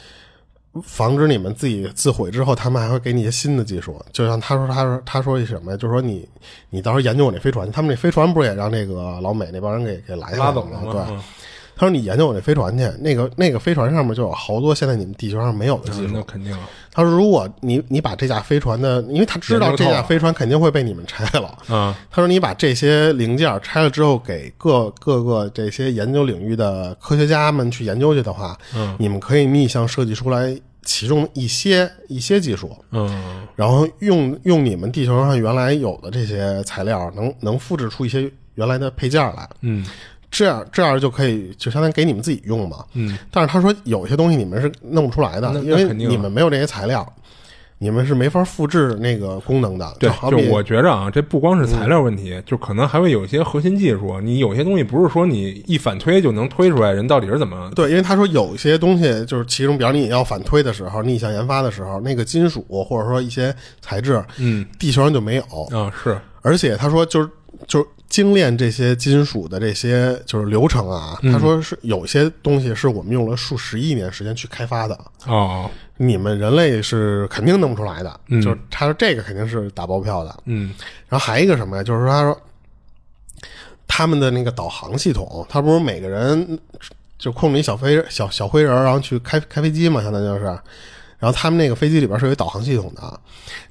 防止你们自己自毁之后，他们还会给你一些新的技术。就像他说，他说他说一什么呀？就是说你你到时候研究我那飞船，他们那飞船不是也让那个老美那帮人给给拦下来
拉走
吗？
了嘛，
对。
嗯
他说你研究我那飞船去，那个那个飞船上面就有好多现在你们地球上没有的技
嗯
术。
那肯定啊
他说如果你你把这架飞船的，因为他知道
研究
这
透
架
了
飞船肯定会被你们拆了。
啊，
他说你把这些零件拆了之后，给各各个这些研究领域的科学家们去研究去的话，
嗯
你们可以逆向设计出来其中一些一些技术，
嗯
然后用用你们地球上原来有的这些材料，能能复制出一些原来的配件来。
嗯
这样这样就可以，就相当于给你们自己用嘛。
嗯，
但是他说有些东西你们是弄不出来的
那，
因为
那肯定啊
你们没有这些材料，你们是没法复制那个功能的。
对，
好
就
比
我觉着啊，这不光是材料问题，就可能还会有一些核心技术，你有些东西不是说你一反推就能推出来，人到底是怎么
对，因为他说有些东西就是其中，比方你要反推的时候，逆向研发的时候，那个金属或者说一些材质，
嗯
地球上就没有。
啊是
而且他说就是就是精炼这些金属的这些就是流程啊，
嗯
他说是有些东西是我们用了数十亿年时间去开发的，
哦
你们人类是肯定弄不出来的。
嗯
就是他说这个肯定是打包票的。
嗯
然后还有一个什么呀？就是说他说他们的那个导航系统，他不是每个人就控制一小飞小小灰人儿，然后去开开飞机嘛，相当于就是。然后他们那个飞机里边是有一导航系统的，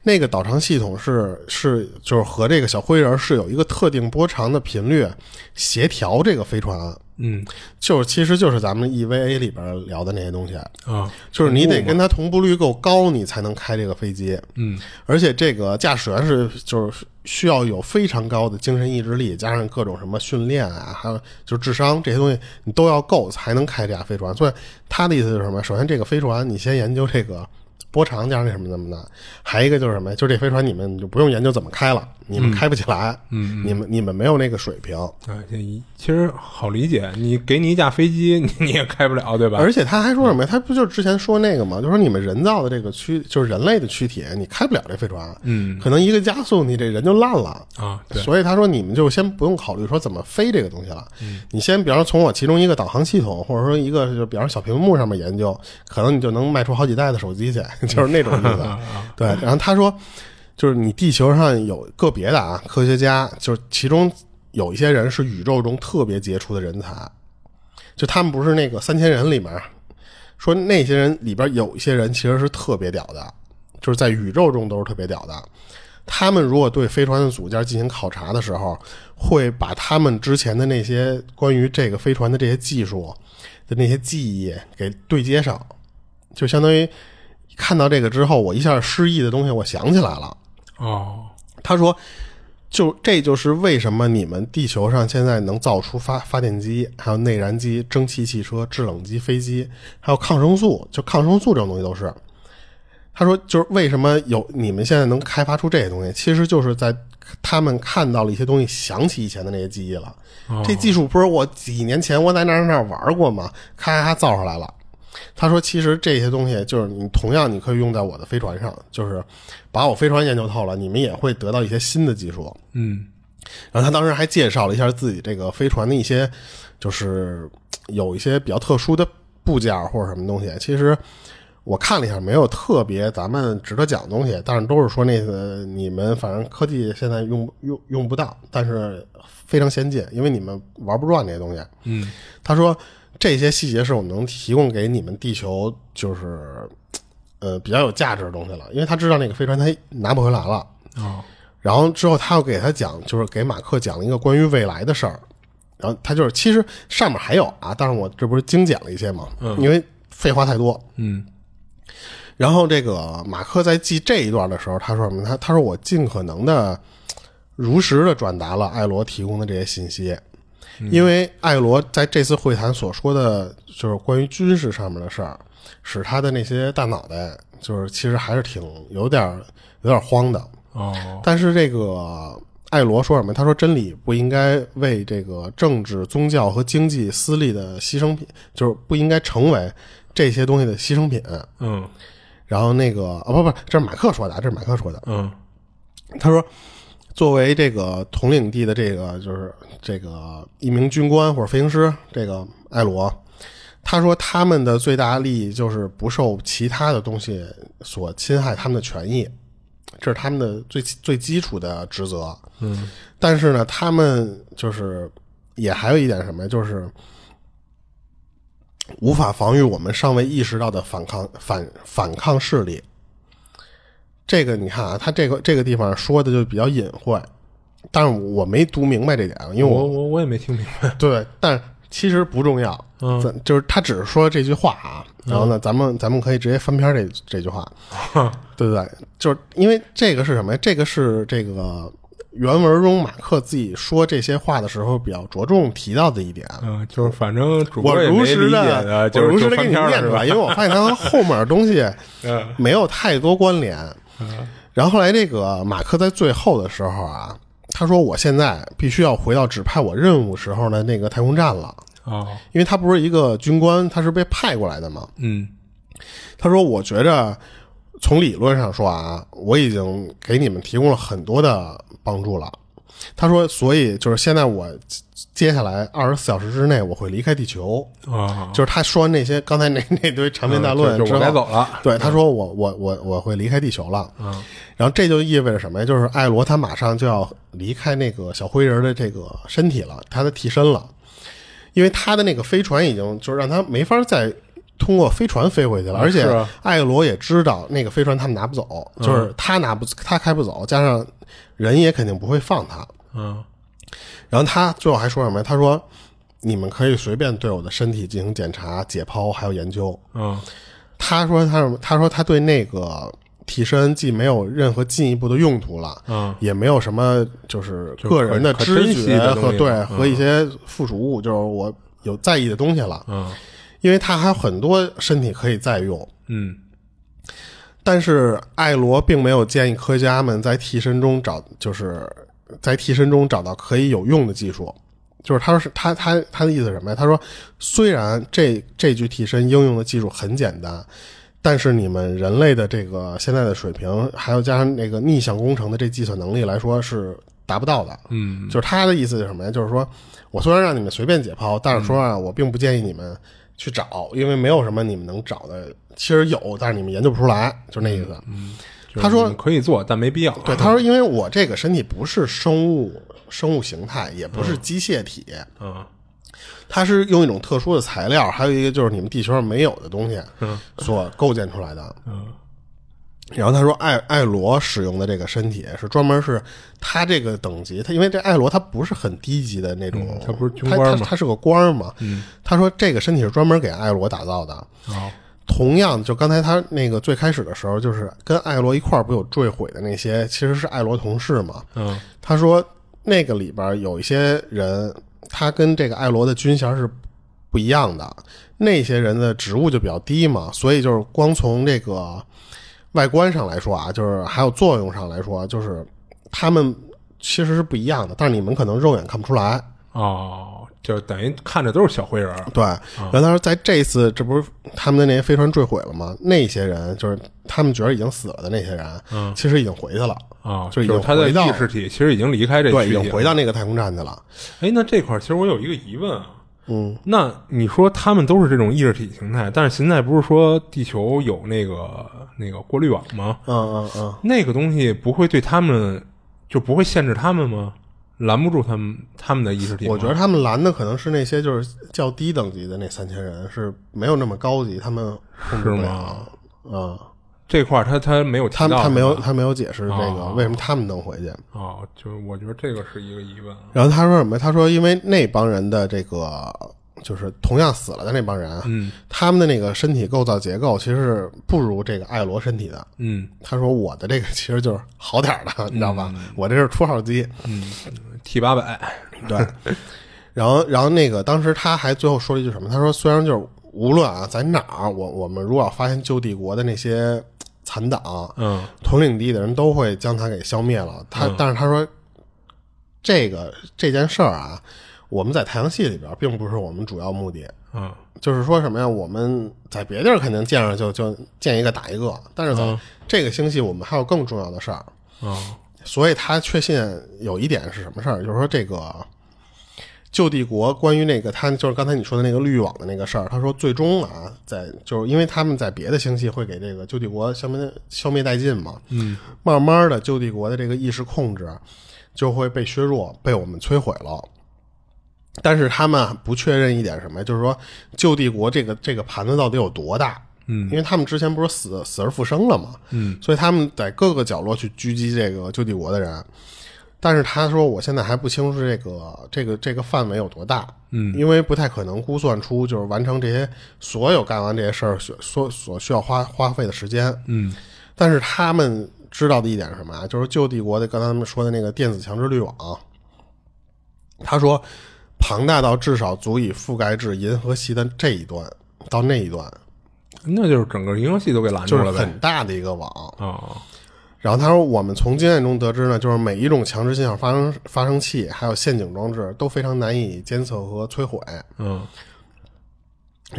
那个导航系统是是就是和这个小灰人儿是有一个特定波长的频率协调这个飞船，
嗯
就是其实就是咱们 EVA 里边聊的那些东西，
啊，
就是你得跟它同步率够高，你才能开这个飞机。
嗯
而且这个驾驶员是就是需要有非常高的精神意志力，加上各种什么训练啊，还有就是智商这些东西，你都要够才能开这架飞船。所以他的意思就是什么？首先，这个飞船你先研究这个波长加上这什么什么的，还一个就是什么呀？就这飞船你们就不用研究怎么开了，你们开不起来，
嗯，
你们你们没有那个水平。
啊，这一其实好理解，你给你一架飞机，你你也开不了，对吧？
而且他还说什么呀？他不就是之前说那个嘛，就说你们人造的这个躯，就是人类的躯体，你开不了这飞船，
嗯
可能一个加速，你这人就烂了。
啊，对，
所以他说你们就先不用考虑说怎么飞这个东西了，你先比方说从我其中一个导航系统，或者说一个就比方说小屏幕上面研究，可能你就能卖出好几代的手机去， 就是那种意思。对，然后他说，就是你地球上有个别的啊科学家，就是其中有一些人是宇宙中特别杰出的人才，就他们不是那个三千人里面说那些人里边有一些人其实是特别屌的，就是在宇宙中都是特别屌的。他们如果对飞船的组件进行考察的时候，会把他们之前的那些关于这个飞船的这些技术的那些记忆给对接上，就相当于看到这个之后，我一下失忆的东西我想起来了。
哦，
他说，就这就是为什么你们地球上现在能造出发发电机、还有内燃机、蒸汽汽车、制冷机、飞机，还有抗生素，就抗生素这种东西都是。他说，就是为什么有你们现在能开发出这些东西，其实就是在他们看到了一些东西，想起以前的那些记忆了。
哦
这技术不是我几年前我在哪儿哪儿哪儿玩过吗？咔咔造出来了。他说：“其实这些东西就是你同样你可以用在我的飞船上，就是把我飞船研究透了，你们也会得到一些新的技术。
嗯”
然后他当时还介绍了一下自己这个飞船的一些，就是呃有一些比较特殊的部件或者什么东西。其实我看了一下，没有特别咱们值得讲的东西，但是都是说那个你们反正科技现在用用用不到，但是非常先进，因为你们玩不转这些东西。
嗯
他说这些细节是我们能提供给你们地球，就是呃比较有价值的东西了，因为他知道那个飞船他拿不回来了。
哦
然后之后他又给他讲，就是给马克讲了一个关于未来的事儿。然后他就是其实上面还有啊，但是我这不是精简了一些嘛，因为废话太多。
嗯
然后这个马克在记这一段的时候，他说什么？他他说我尽可能的如实的转达了艾罗提供的这些信息，因为艾罗在这次会谈所说的就是关于军事上面的事儿，使他的那些大脑袋就是其实还是挺有点儿有点儿慌的。
哦
但是这个艾罗说什么？他说真理不应该为这个政治、宗教和经济私利的牺牲品，就是不应该成为这些东西的牺牲品。
嗯
然后那个啊、不不，这是马克说的啊，这是马克说的。
嗯
他说，作为这个统领地的这个就是这个一名军官或者飞行师，这个艾罗，他说他们的最大利益就是不受其他的东西所侵害他们的权益，这是他们的最最基础的职责。
嗯
但是呢，他们就是也还有一点什么呀，就是无法防御我们尚未意识到的反抗反反抗势力。这个你看啊，他这个这个地方说的就比较隐晦，但是我没读明白这点啊，因为
我
我
嗯我我也没听明白，
对，但是其实不重要，
嗯
咱就是他只是说这句话啊，然后呢，咱们咱们可以直接翻篇儿这这句 话，对对对，就是因为这个是什么呀？这个是这个原文中马克自己说这些话的时候比较着重提到的一点。啊
嗯，就是反正主
我
播也没
如
理
实
解啊
的，我
就是
如实
就
的给
翻
你
篇
念
了
出
是吧
来，因？为我发现它和后面的东西
嗯
没有太多关联。
嗯
然后后来这个马克在最后的时候啊，他说：“我现在必须要回到指派我任务时候的那个太空站了。”
哦
因为他不是一个军官，他是被派过来的嘛。
嗯
他说：“我觉着从理论上说啊，我已经给你们提供了很多的帮助了。”他说：“所以就是现在我接下来二十四小时之内我会离开地球。”
哦，
就是他说完那些刚才那那堆长篇大论
嗯就
之
就我该
后，
走了，
对他说我我我我会离开地球了。
嗯
然后这就意味着什么呀？就是艾罗他马上就要离开那个小灰人的这个身体了，他的替身了。因为他的那个飞船已经就是让他没法再通过飞船飞回去了，
啊
而且
是啊嗯
艾罗也知道那个飞船他们拿不走，就是他拿不他开不走，加上人也肯定不会放他。
嗯
然后他最后还说什么呀？他说：“你们可以随便对我的身体进行检查、解剖，还有研究。
嗯”
他说他什么他说他对那个替身既没有任何进一步的用途了，
嗯
也没有什么就是
就
个人的
可可
知
珍惜
觉
的
和
东西
对、
嗯
和一些附属物，就是我有在意的东西了，
嗯
因为他还有很多身体可以再用。
嗯
但是艾罗并没有建议科学家们在替身中找，就是在替身中找到可以有用的技术。就是他说是他他他的意思是什么呀？他说虽然这这具替身应用的技术很简单，但是你们人类的这个现在的水平，还有加上那个逆向工程的这计算能力来说是达不到的。
嗯
就是他的意思是什么呀？就是说我虽然让你们随便解剖，但是说啊，我并不建议你们去找，因为没有什么你们能找的。其实有，但是你们研究不出来，就那意思。
就是
他说
你可以做，但没必要。
对，他说，因为我这个身体不是生物生物形态，也不是机械体，
嗯
它是用一种特殊的材料，还有一个就是你们地球上没有的东西
嗯
所构建出来的。
嗯
然后他说艾，艾罗使用的这个身体是专门是他这个等级，他因为这艾罗他不是很低级的那种，
嗯他不是军
他
官
他
吗
他是个官儿嘛。
嗯
他说这个身体是专门给艾罗打造的。
好
同样，就刚才他那个最开始的时候，就是跟艾罗一块儿不有坠毁的那些，其实是艾罗同事嘛。
嗯
他说那个里边有一些人，他跟这个艾罗的军衔是不一样的，那些人的职务就比较低嘛，所以就是光从这个外观上来说啊，就是还有作用上来说，就是他们其实是不一样的，但是你们可能肉眼看不出来。
哦，就等于看着都是小灰人儿。
对，然后他说，在这次这不是他们的那些飞船坠毁了吗？那些人就是他们觉得已经死了的那些人，
嗯
其实已经回去了，
啊，
就已经
是他的
回到
意识体其实已经离开这
对，已
躯体
经
了
回到那个太空站去了。
哎，那这块儿其实我有一个疑问啊。
嗯，
那你说他们都是这种意识体形态，但是现在不是说地球有那个那个过滤网吗？
嗯嗯嗯，
那个东西不会对他们就不会限制他们吗？拦不住他们他们的意识体吗？
我觉得他们拦的可能是那些就是较低等级的那三千人，是没有那么高级，他们控制不
是
了
吗
啊、
这块儿他他没有提
他
到，
他没有
是吧
他没有解释这个
哦
为什么他们能回去。
哦，就是我觉得这个是一个疑问啊。
然后他说什么？他说因为那帮人的这个就是同样死了的那帮人，
嗯
他们的那个身体构造结构其实是不如这个艾罗身体的。
嗯
他说我的这个其实就是好点儿的，你知道吧？我这是初号机。
嗯，T 八百，
对，然后然后那个当时他还最后说了一句什么？他说虽然就是无论啊在哪儿，我我们如果要发现旧帝国的那些残党，
嗯
统领地的人都会将它给消灭了。他、但是他说这个这件事儿啊，我们在太阳系里边并不是我们主要目的。
嗯
就是说什么呀？我们在别地儿肯定见着就就见一个打一个，但是在
嗯
这个星系我们还有更重要的事儿。
嗯
所以他确信有一点是什么事儿，就是说这个旧帝国关于那个他就是刚才你说的那个绿网的那个事儿，他说最终啊，在就是因为他们在别的星系会给这个旧帝国消灭消灭殆尽嘛，
嗯
慢慢的旧帝国的这个意识控制就会被削弱，被我们摧毁了。但是他们啊不确认一点什么，就是说旧帝国这个这个盘子到底有多大？
嗯
因为他们之前不是死死而复生了嘛，
嗯
所以他们在各个角落去狙击这个旧帝国的人。但是他说，我现在还不清楚这个这个这个范围有多大，
嗯，
因为不太可能估算出就是完成这些所有干完这些事儿所所所需要花花费的时间。
嗯
但是他们知道的一点是什么啊？就是旧帝国的刚才他们说的那个电子强制滤网，他说庞大到至少足以覆盖至银河系的这一端到那一端，
那就是整个银河系都给拦住
就是
了呗。
很大的一个网。
哦，
然后他说，我们从经验中得知呢，就是每一种强制信号发生发生器，还有陷阱装置都非常难以监测和摧毁。
嗯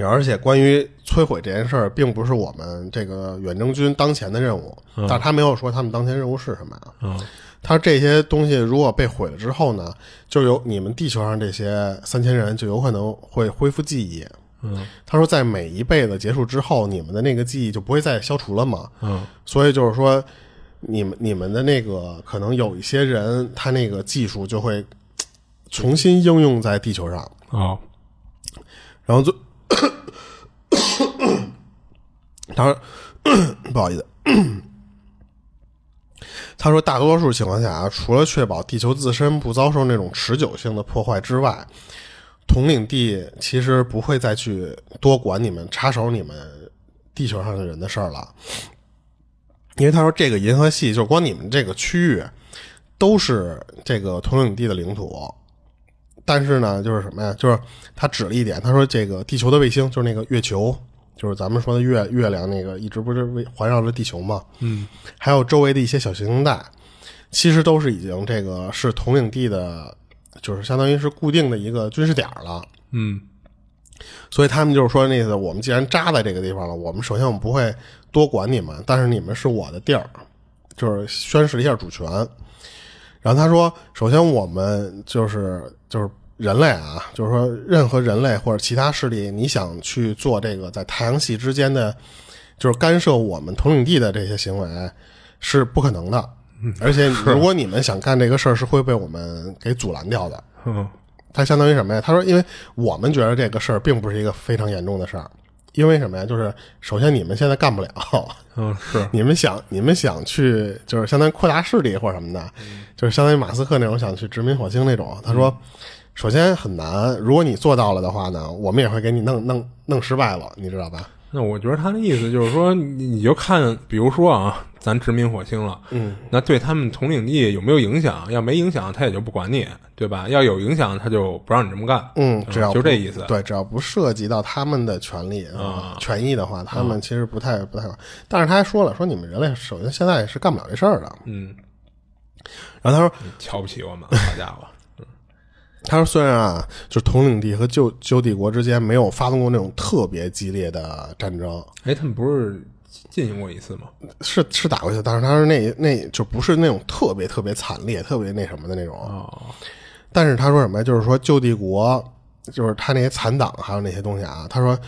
而且关于摧毁这件事儿，并不是我们这个远征军当前的任务，但是他没有说他们当前任务是什么啊。
嗯
他说这些东西如果被毁了之后呢，就有你们地球上这些三千人就有可能会恢复记忆。
嗯
他说，在每一辈子结束之后，你们的那个记忆就不会再消除了嘛。
嗯
所以就是说，你们你们的那个可能有一些人，他那个技术就会嘖重新应用在地球上。
哦，
然后最， 他说 不好意思，他说大多数情况下啊，除了确保地球自身不遭受那种持久性的破坏之外，统领地其实不会再去多管你们插手你们地球上的人的事儿了，因为他说这个银河系就光你们这个区域都是这个统领地的领土。但是呢，就是什么呀？就是他指了一点，他说这个地球的卫星就是那个月球，就是咱们说的月月亮那个，一直不是围环绕着地球嘛？嗯，还有周围的一些小行星带，其实都是已经这个是统领地的，就是相当于是固定的一个军事点儿了。
嗯
所以他们就是说，那个我们既然扎在这个地方了，我们首先我们不会多管你们，但是你们是我的地儿，就是宣示一下主权。然后他说，首先我们就是就是人类啊，就是说任何人类或者其他势力，你想去做这个在太阳系之间的，就是干涉我们统领地的这些行为是不可能的。而且如果你们想干这个事儿，是会被我们给阻拦掉的。
嗯
他相当于什么呀？他说，因为我们觉得这个事儿并不是一个非常严重的事儿，因为什么呀？就是首先你们现在干不了，
嗯，是
你们想你们想去就是相当于扩大势力或者什么的，就是相当于马斯克那种想去殖民火星那种。他说，首先很难，如果你做到了的话呢，我们也会给你弄弄弄失败了，你知道吧？嗯
那我觉得他的意思就是说，你你就看，比如说啊，咱殖民火星了，嗯，那对他们统领地有没有影响？要没影响，他也就不管你，对吧？要有影响，他就不让你这么干。
嗯，只要
就
不
这意思
对，只要不涉及到他们的权利啊、权益的话，他们其实不太不太。但是他还说了，说你们人类首先现在是干不了这事儿的。
嗯，
然后他说，
瞧不起我们，好家 伙！
他说：“虽然啊，就是统领地和旧旧帝国之间没有发动过那种特别激烈的战争，
哎，他们不是进行过一次吗？
是是打过去，但是他说那那就不是那种特别特别惨烈、特别那什么的那种。啊
哦，
但是他说什么呀？就是说旧帝国，就是他那些残党还有那些东西啊，他说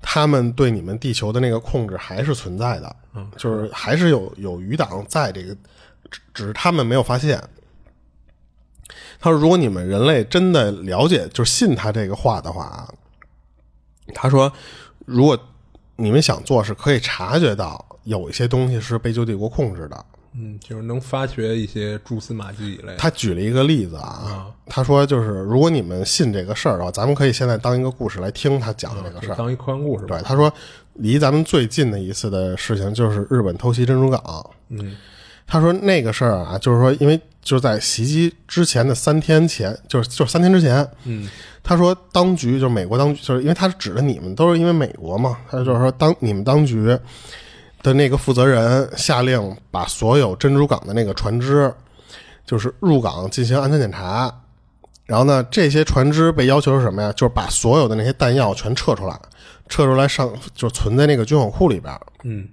他们对你们地球的那个控制还是存在的，就是还是有有余党在这个，只只是他们没有发现。他说，如果你们人类真的了解，就是信他这个话的话啊，他说，如果你们想做，是可以察觉到有一些东西是被旧帝国控制的。
嗯，就是能发掘一些蛛丝马迹一类的。
他举了一个例子啊，他说就是如果你们信这个事儿的话，咱们可以现在当一个故事来听他讲这个事
就
儿。
当一科幻故事吧。
对，他说离咱们最近的一次的事情就是日本偷袭珍珠港。
嗯，
他说那个事儿啊，就是说因为就是在袭击之前的三天前，就是就是三天之前，
嗯，
他说当局就是美国当局，就是因为他是指着你们都是因为美国嘛，他就是说当你们当局的那个负责人下令把所有珍珠港的那个船只，就是入港进行安全检查。然后呢，这些船只被要求是什么呀？就是把所有的那些弹药全撤出来，撤出来上就存在那个军火库里边儿。
嗯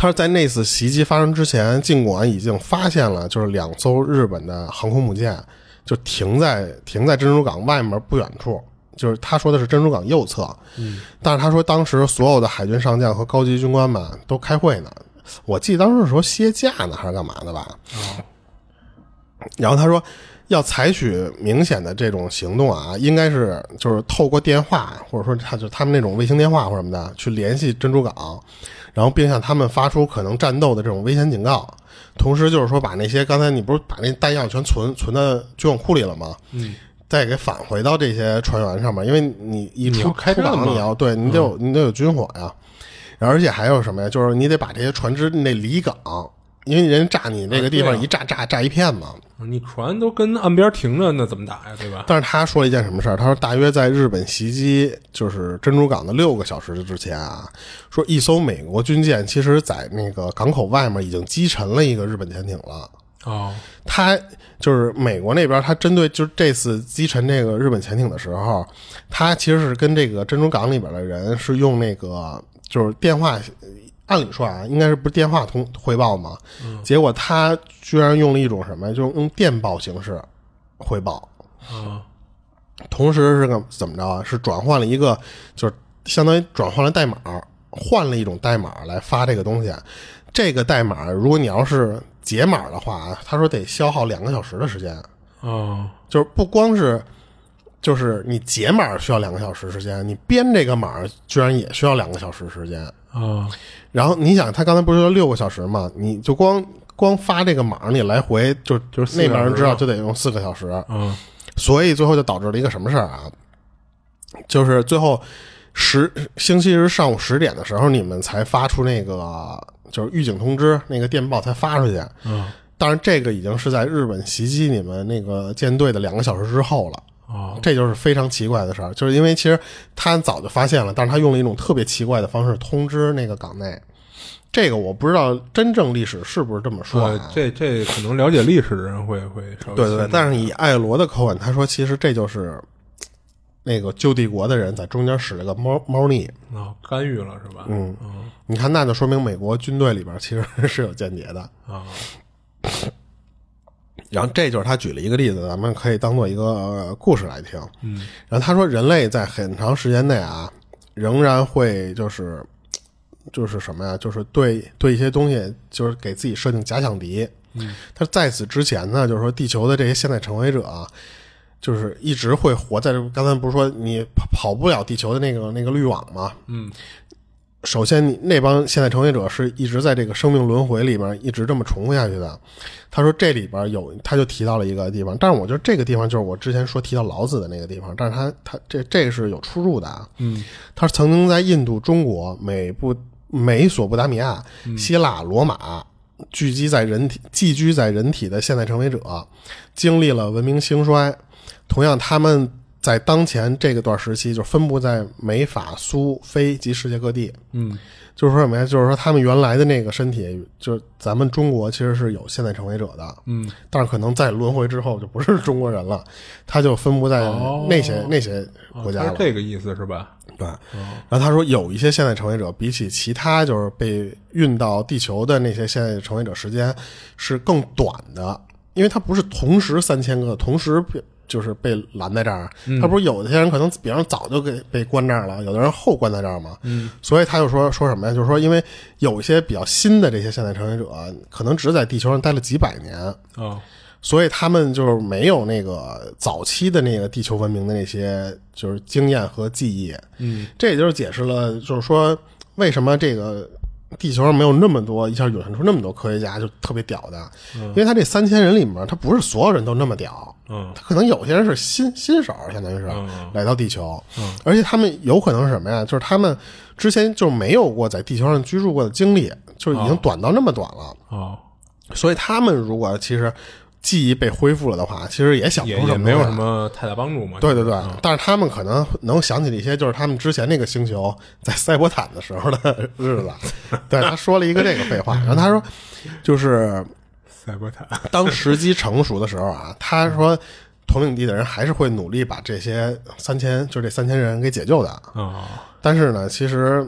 他说，在那次袭击发生之前，尽管已经发现了，就是两艘日本的航空母舰就停在停在珍珠港外面不远处，就是他说的是珍珠港右侧。嗯，但是他说当时所有的海军上将和高级军官们都开会呢，我记得当时是说歇假呢还是干嘛的吧？然后他说，要采取明显的这种行动啊，应该是就是透过电话，或者说他就他们那种卫星电话或者什么的，去联系珍珠港，然后并向他们发出可能战斗的这种危险警告。同时，就是说把那些刚才你不是把那弹药全存存到军火库里了吗？嗯。再给返回到这些船员上面，因为你一
你要嗯
出
开
出
战
港，
嘛
你要对你得有、你得有军火呀，而且还有什么呀？就是你得把这些船只那离港，因为人炸你那个地
啊
方
对啊
一炸炸炸一片嘛。
你船都跟岸边停着，那怎么打呀？对吧？
但是他说了一件什么事儿？他说，大约在日本袭击就是珍珠港的六个小时之前啊，说一艘美国军舰其实在那个港口外面已经击沉了一个日本潜艇了。
哦，
他就是美国那边，他针对就是这次击沉这个日本潜艇的时候，他其实是跟这个珍珠港里边的人是用那个就是电话，按理说啊，应该是不是电话通汇报嘛？结果他居然用了一种什么呀，就是用电报形式汇报。
啊，
同时是个怎么着啊？是转换了一个，就是相当于转换了代码，换了一种代码来发这个东西。啊这个代码，如果你要是解码的话，他说得消耗两个小时的时间，
哦，
就是不光是就是你解码需要两个小时时间，你编这个码居然也需要两个小时时间。哦
啊，
然后你想，他刚才不是说六个小时嘛？你就光光发这个码，你来回就
就
就是
四
那
个
边
小
人
时
知道
嘛
就得用四个小时。
嗯
所以最后就导致了一个什么事儿啊？就是最后十星期日上午十点的时候，你们才发出那个就是预警通知，那个电报才发出去。
嗯
当然，这个已经是在日本袭击你们那个舰队的两个小时之后了。
哦，
这就是非常奇怪的事儿，就是因为其实他早就发现了，但是他用了一种特别奇怪的方式通知那个港内。这个我不知道真正历史是不是这么说、啊
呃，这这可能了解历史的人会会稍微
对对对
清楚，
但是以艾罗的口吻，他说其实这就是那个旧帝国的人在中间使了个猫猫腻。
啊干预了是吧？嗯
你看，那就说明美国军队里边其实 是有间谍的。
啊
然后这就是他举了一个例子，咱们可以当做一个、呃故事来听。
嗯，
然后他说，人类在很长时间内啊，仍然会就是就是什么呀，就是对对一些东西，就是给自己设定假想敌。嗯，他在此之前呢，就是说地球的这些现代成为者啊，就是一直会活在这。刚才不是说你跑跑不了地球的那个那个滤网吗？
嗯，
首先你那帮现代成为者是一直在这个生命轮回里面一直这么重复下去的。他说这里边有，他就提到了一个地方，但是我觉得这个地方就是我之前说提到老子的那个地方，但是他他这这个是有出入的啊。
嗯，
他曾经在印度、中国、美不美索不达米亚、希腊、罗马聚集在人体寄居在人体的现代成为者，经历了文明兴衰。同样，他们在当前这个段时期就分布在美、法、苏、非及世界各地。
嗯
就是说什么呀？就是说他们原来的那个身体，就是咱们中国其实是有现代成为者的，
嗯
但是可能在轮回之后就不是中国人了，他就分布在
哦
那些、那些
啊
国家了。
他是哦这个意思是吧？
对，然后他说有一些现代成为者比起其他就是被运到地球的那些现代成为者时间是更短的，因为他不是同时三千个同时被就是被拦在这儿，
嗯
他不是有些人可能比方说早就给被关这儿了，有的人后关在这儿嘛，嗯，所以他就说说什么呀？就是说因为有一些比较新的这些现代成为者，可能只在地球上待了几百年，
啊
所以他们就是没有那个早期的那个地球文明的那些就是经验和记忆。嗯，这也就是解释了，就是说为什么这个地球上没有那么多一下涌现出那么多科学家就特别屌的，因为他这三千人里面，他不是所有人都那么屌。
嗯
他可能有些人是新新手，相当于是
嗯
来到地球，而且他们有可能是什么呀？就是他们之前就没有过在地球上居住过的经历，就是已经短到那么短了。
哦，
所以他们如果其实记忆被恢复了的话，其实也想不
也
出
也
么
没有
东西
什
来。
么嗯太大帮助嘛。
对对对，但是他们可能能想起了一些，就是他们之前那个星球在塞伯坦的时候的日 子。对，他说了一个这个废话，然后他说，就是
赛博坦
当时机成熟的时候啊，他说统领地的人还是会努力把这些三千，就这三千人给解救的。
啊，
但是呢，其实，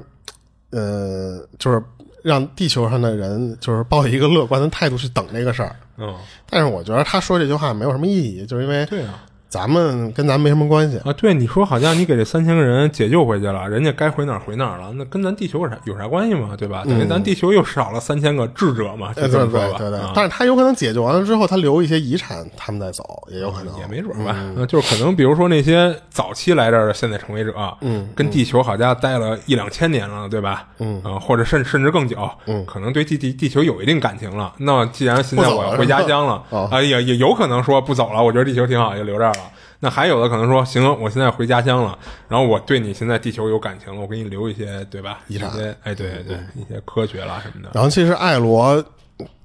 呃，就是让地球上的人就是抱一个乐观的态度去等这个事儿。
嗯，
但是我觉得他说这句话没有什么意义，就是因为
对啊
咱们跟咱没什么关系。
啊，对，你说好像你给这三千个人解救回去了，人家该回哪儿回哪儿了，那跟咱地球有啥有啥关系嘛？对吧？等于咱地球又少了三千个智者嘛，
嗯
就
呃对
这么说
对
吧。
对对
啊，
但是他有可能解决完了之后，他留一些遗产，他们再走也有可能。
嗯也没准儿吧，
嗯
那 就是可能，比如说那些早期来这儿的现在成为者，嗯，跟地球好家待了一两千年了，对吧？嗯，啊，或者甚甚至更久，嗯，可能对地地地球有一定感情了。那既然现在
不走
我
了
要回家乡了
是吧哦，
啊，也也有可能说不走了，我觉得地球挺好，就留这儿了。那还有的可能说，行，我现在回家乡了，然后我对你现在地球有感情了，我给你留一些，对吧？一
遗产
些，哎，对对对，一些科学啦什么的，
然后其实艾罗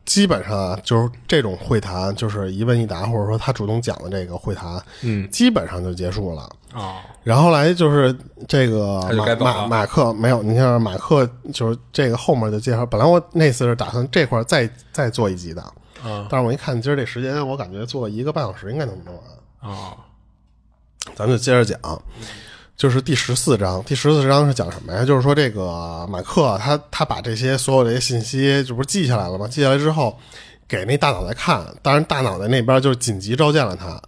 基本上啊，就是这种会谈，就是一问一答，或者说他主动讲的这个会谈，
嗯，
基本上就结束了。
哦，
然后来就是这个
他就
马
该走了
马马克没有，你像马克就是这个后面就介绍，本来我那次是打算这块儿再再做一集的，
啊
但是我一看今儿这时间，我感觉做一个半小时应该能弄完。
哦，
咱们就接着讲，就是第十四章。第十四章是讲什么呀？就是说这个马克他他把这些所有这些信息，这不是记下来了吗？记下来之后，给那大脑袋看，当然大脑袋那边就是紧急召见了他，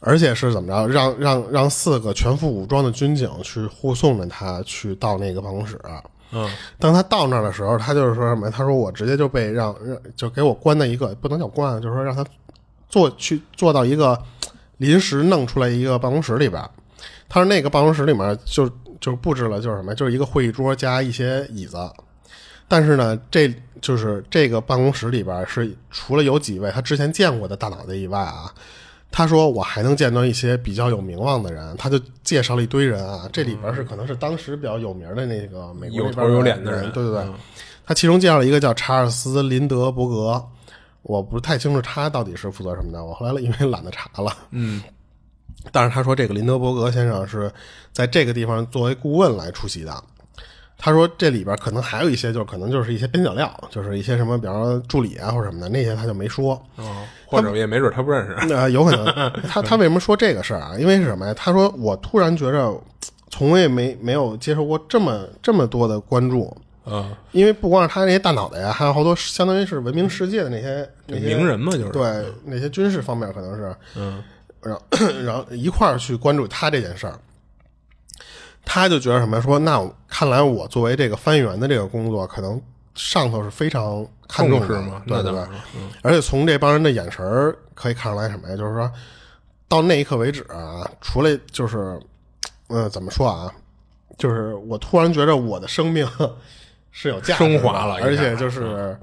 而且是怎么着，让让让四个全副武装的军警去护送着他去到那个办公室。
嗯，
当他到那儿的时候，他就是说什么呀？他说我直接就被让让就给我关在一个不能叫关啊，就是说让他坐去坐到一个临时弄出来一个办公室里边儿，他说那个办公室里面就就布置了就是什么呀，就是一个会议桌加一些椅子，但是呢，这就是这个办公室里边是除了有几位他之前见过的大脑袋以外啊，他说我还能见到一些比较有名望的人，他就介绍了一堆人啊，这里边是可能是当时比较有名的那个美国
有
那边
头有脸的
人
人，
对对对，嗯他其中介绍了一个叫查尔斯·林德伯格，我不太清楚他到底是负责什么的，我后来因为懒得查了，
嗯，
但是他说这个林德伯格先生是在这个地方作为顾问来出席的。他说这里边可能还有一些，就是可能就是一些边角料，就是一些什么，比方说助理啊或者什么的那些他就没说。
哦，或者也没准他不认识，
那、有可 能他他为什么说这个事儿啊？因为是什么呀？他说我突然觉着从未没没有接受过这么这么多的关注，
嗯，
因为不光是他那些大脑袋呀，还有好多相当于是闻名世界的那些那些
名人嘛，就是，
对那些军事方面可能是，
嗯，
然后 然后一块儿去关注他这件事儿。他就觉得什么呀说，那我看来我作为这个翻译员的这个工作，可能上头是非常看重
重视
的
嘛
对
那
对
当
对
然了。嗯
而且从这帮人的眼神儿可以看出来什么呀？就是说到那一刻为止啊，除了就是，嗯，怎么说啊？就是我突然觉得我的生命 是有价值的
升华了
而
一下
且
嗯
就是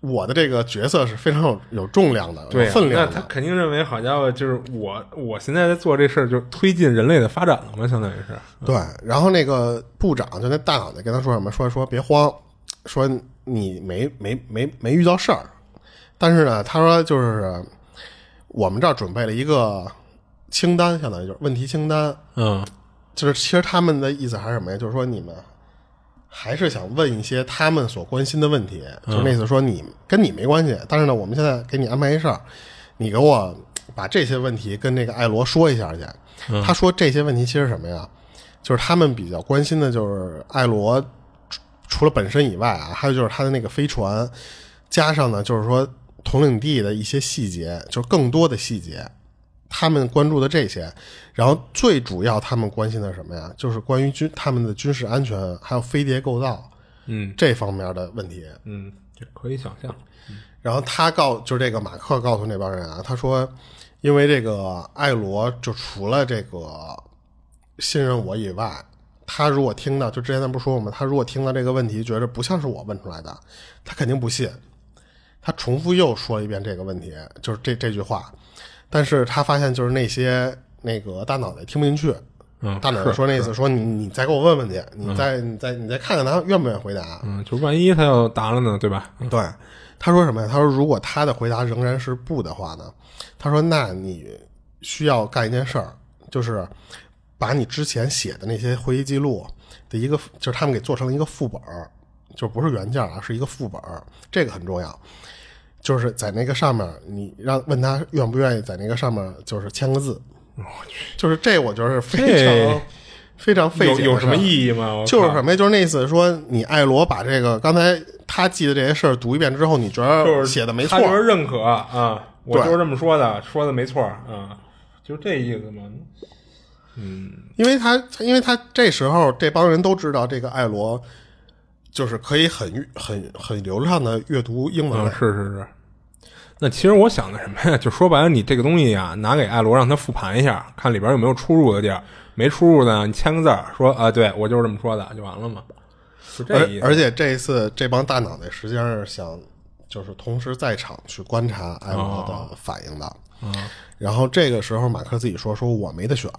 我的这个角色是非常有有重量的、
对
有
啊，
分
那
量
他
的。
肯定认为，好家伙，就是我，我现在在做这事儿，就是推进人类的发展了嘛，相当于是，
对，然后那个部长就那大脑袋跟他说什么，说说别慌，说你没没没没遇到事儿，但是呢，他说就是我们这儿准备了一个清单，相当于就是问题清单，
嗯，
就是其实他们的意思还是什么呀？就是说你们还是想问一些他们所关心的问题，就是那意思说你跟你没关系，但是呢，我们现在给你安排一事儿，你给我把这些问题跟那个艾罗说一下去。他说这些问题其实是什么呀？就是他们比较关心的就是艾罗除除了本身以外啊，还有就是他的那个飞船，加上呢就是说统领地的一些细节，就是更多的细节。他们关注的这些，然后最主要他们关心的是什么呀？就是关于军他们的军事安全，还有飞碟构造
嗯
这方面的问题。
嗯，这可以想象，
然后他告就是这个马克告诉那帮人啊，他说，因为这个艾罗就除了这个信任我以外，他如果听到就之前咱不是说过吗？他如果听到这个问题，觉得不像是我问出来的，他肯定不信。他重复又说了一遍这个问题，就是这这句话，但是他发现就是那些那个大脑袋听不进去，
嗯，
大脑袋
是
说那意思说你你再给我问问去，你再你再你再看看他愿不愿意回答，
嗯，就万一他要答了呢，对吧？
对，他说什么呀？他说如果他的回答仍然是不的话呢，他说那你需要干一件事儿，就是把你之前写的那些会议记录的一个，就是他们给做成了一个副本儿，就不是原件儿啊，是一个副本儿，这个很重要。就是在那个上面，你让问他愿不愿意在那个上面就是签个字，
我去，
就是这我觉得是非常
这
非常费
有
解的
有什
事儿
么意义吗？我
就是
靠
什么呀？就是那意思说，你艾罗把这个刚才他记的这些事儿读一遍之后，你觉
就
得
是
写的没错
他，就是认可啊，我
对
就是这么说的，说的没错啊，就这意思嘛。嗯，
因为他因为他这时候这帮人都知道这个艾罗就是可以很很很流畅的阅读英文
啊，
了，
是是是。那其实我想的什么呀？就说白了，你这个东西啊，拿给艾罗让他复盘一下，看里边有没有出入的地儿。没出入的，你签个字儿，说啊，对我就是这么说的，就完了嘛。就嗯这意
而
思。
而且这一次这帮大脑袋实际上是想就是同时在场去观察艾罗的反应的。
哦嗯
然后这个时候，马克自己说：“说我没得选，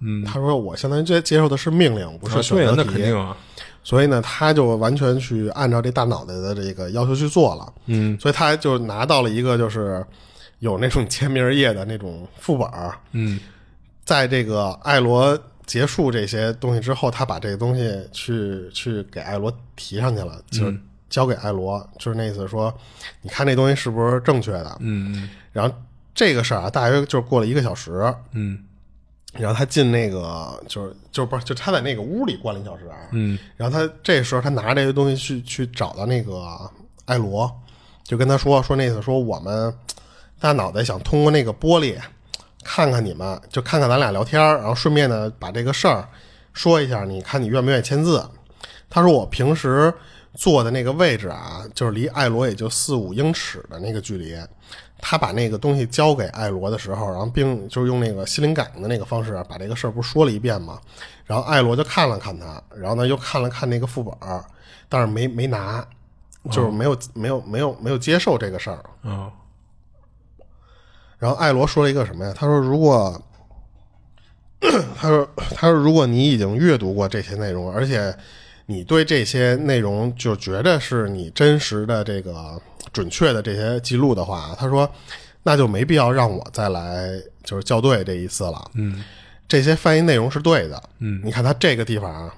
嗯，他说我相当于接接受的是命令，不
啊
是选
对啊
择，
那
题。
肯定啊，
所以呢，他就完全去按照这大脑袋的这个要求去做了。
嗯，
所以他就拿到了一个就是有那种签名页的那种副本儿。
嗯，
在这个艾罗结束这些东西之后，他把这个东西去去给艾罗提上去了，就是交给艾罗，就是那意思说，你看这东西是不是正确的？
嗯
然后这个事儿啊，大约就过了一个小时。
嗯
然后他进那个就是就是不是就他在那个屋里关了一小时啊，
嗯
然后他这时候他拿这些东西去去找到那个艾罗，就跟他说说那意思说我们大脑袋想通过那个玻璃看看你们，就看看咱俩聊天儿，然后顺便呢把这个事儿说一下，你看你愿不愿意签字？他说我平时坐的那个位置啊，就是离艾罗也就四五英尺的那个距离，他把那个东西交给艾罗的时候，然后并就是用那个心灵感应的那个方式把这个事儿不是说了一遍嘛，然后艾罗就看了看他，然后呢又看了看那个副本儿，但是没没拿，就是没有、没有没有没有接受这个事儿。
啊，
然后艾罗说了一个什么呀？他说如果， 他说他说如果你已经阅读过这些内容，而且你对这些内容就觉得是你真实的这个准确的这些记录的话，他说那就没必要让我再来就是校对这一次了。
嗯，
这些翻译内容是对的。
嗯，
你看他这个地方啊，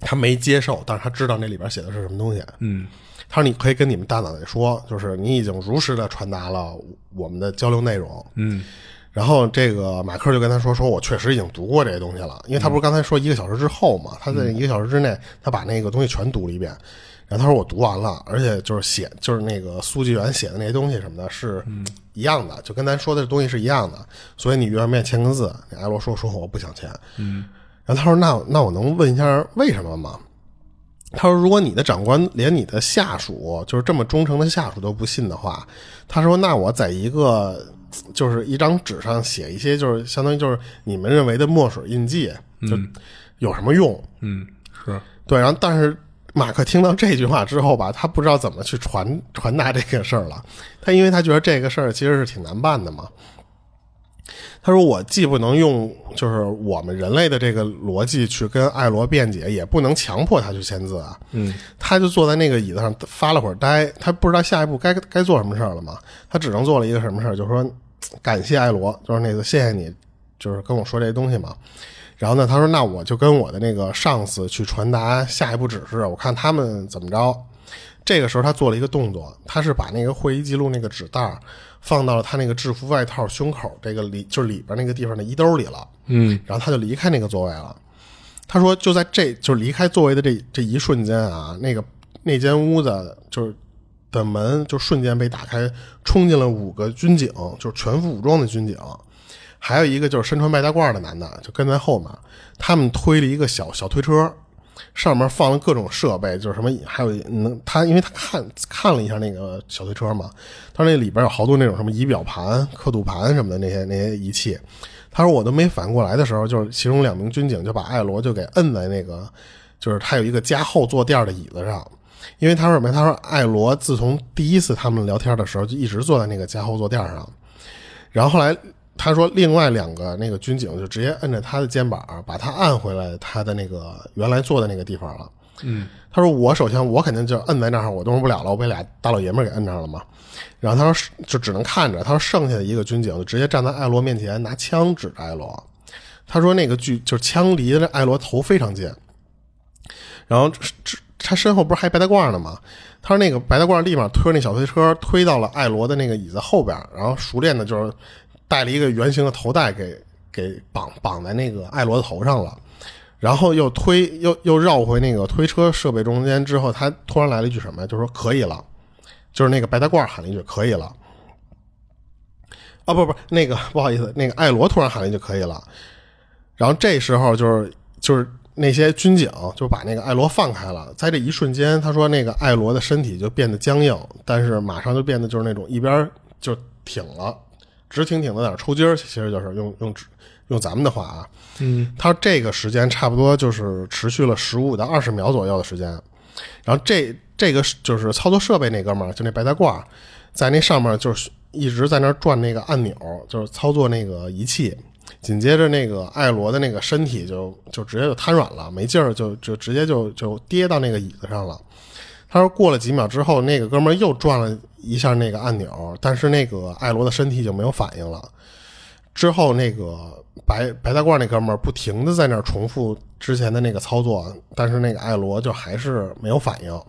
他没接受，但是他知道那里边写的是什么东西。
嗯
他说：“你可以跟你们大脑袋说，就是你已经如实的传达了我们的交流内容。
嗯”
然后这个马克就跟他说：“说我确实已经读过这些东西了，因为他
嗯
不是刚才说一个小时之后嘛，他在一个小时之内，他把那个东西全读了一遍。然后他说我读完了，而且就是写就是那个苏纪元写的那些东西什么的，是
嗯
一样的，就跟咱说的东西是一样的。所以你原面签个字，你艾罗说说我不想签。
嗯，
然后他说那那我能问一下为什么吗？他说：“如果你的长官连你的下属，就是这么忠诚的下属都不信的话，他说，那我在一个就是一张纸上写一些，就是相当于就是你们认为的墨水印记，就有什么用？
嗯，是，
对，然后但是马克听到这句话之后吧，他不知道怎么去传 传达这个事儿了。他因为他觉得这个事儿其实是挺难办的嘛。他说：“我既不能用就是我们人类的这个逻辑去跟艾罗辩解，也不能强迫他去签字啊。”
嗯，
他就坐在那个椅子上发了会儿呆，他不知道下一步该该做什么事儿了嘛。他只能做了一个什么事儿，就是说感谢艾罗，就是那个谢谢你，就是跟我说这些东西嘛。然后呢，他说那我就跟我的那个上司去传达下一步指示，我看他们怎么着。这个时候他做了一个动作，他是把那个会议记录那个纸袋儿放到了他那个制服外套胸口这个里，就是里边那个地方的衣兜里了。
嗯
然后他就离开那个座位了。他说，就在这就是离开座位的这这一瞬间啊，那个那间屋子就是的门就瞬间被打开，冲进了五个军警，就是全副武装的军警，还有一个就是身穿外搭褂的男的，就跟在后面。他们推了一个小小推车，上面放了各种设备，就是什么还有能他，因为他看看了一下那个小推车嘛，他说那里边有好多那种什么仪表盘、刻度盘什么的那些那些仪器。他说我都没反应过来的时候，就是其中两名军警就把艾罗就给摁在那个，就是他有一个加厚坐垫的椅子上。因为他说什么呀？他说艾罗自从第一次他们聊天的时候就一直坐在那个加厚坐垫上，然后后来他说另外两个那个军警就直接摁着他的肩膀，把他按回来他的那个原来坐的那个地方了。
嗯
他说我首先我肯定就摁在那儿，我动不了了，我被俩大老爷们儿给摁那儿了嘛。然后他说是就只能看着，他说剩下的一个军警就直接站在艾罗面前拿枪指着艾罗，他说那个距就是枪离着艾罗头非常近，然后这这他身后不是还白大褂呢吗？他说那个白大褂立马推着那小推车推到了艾罗的那个椅子后边，然后熟练的就是带了一个圆形的头带给给绑绑在那个艾罗的头上了。然后又推又又绕回那个推车设备中间之后，他突然来了一句什么呀？就说可以了，就是那个白大褂喊了一句可以了。啊，不不，那个不好意思，那个艾罗突然喊了一句可以了。然后这时候就是就是那些军警就把那个艾罗放开了，在这一瞬间，他说那个艾罗的身体就变得僵硬，但是马上就变得就是那种一边就挺了，直挺挺的在那儿抽筋儿，其实就是用用指用咱们的话啊，
嗯
他这个时间差不多就是持续了十五到二十秒左右的时间，然后这这个是就是操作设备那哥们儿，就那白大褂儿，在那上面就是一直在那儿转那个按钮，就是操作那个仪器。紧接着，那个艾罗的那个身体就就直接就瘫软了，没劲儿，就就直接就就跌到那个椅子上了。他说过了几秒之后，那个哥们儿又转了一下那个按钮，但是那个艾罗的身体已经没有反应了。之后那个白白大褂那哥们儿不停的在那儿重复之前的那个操作，但是那个艾罗就还是没有反应。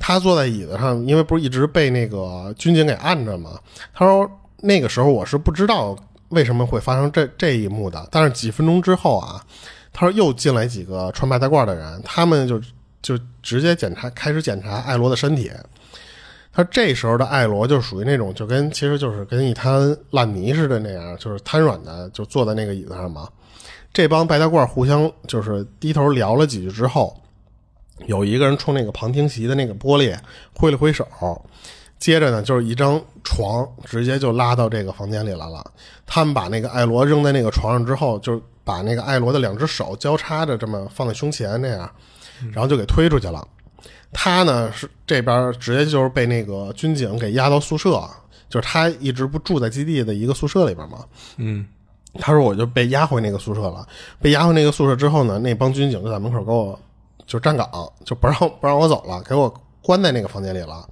他坐在椅子上，因为不是一直被那个军警给按着嘛。他说那个时候我是不知道为什么会发生这这一幕的，但是几分钟之后啊，他说又进来几个穿白大褂的人，他们就就直接检查，开始检查艾罗的身体。他这时候的艾罗就属于那种，就跟其实就是跟一滩烂泥似的那样，就是瘫软的，就坐在那个椅子上嘛。这帮白大褂互相就是低头聊了几句之后，有一个人冲那个旁听席的那个玻璃挥了挥手，接着呢，就是一张床，直接就拉到这个房间里来了。他们把那个艾罗扔在那个床上之后，就是把那个艾罗的两只手交叉着这么放在胸前这样，然后就给推出去了。他呢是这边直接就是被那个军警给押到宿舍，就是他一直不住在基地的一个宿舍里边嘛。
嗯，
他说我就被押回那个宿舍了。被押回那个宿舍之后呢，那帮军警就在门口给我就站岗，就不让不让我走了，给我关在那个房间里了。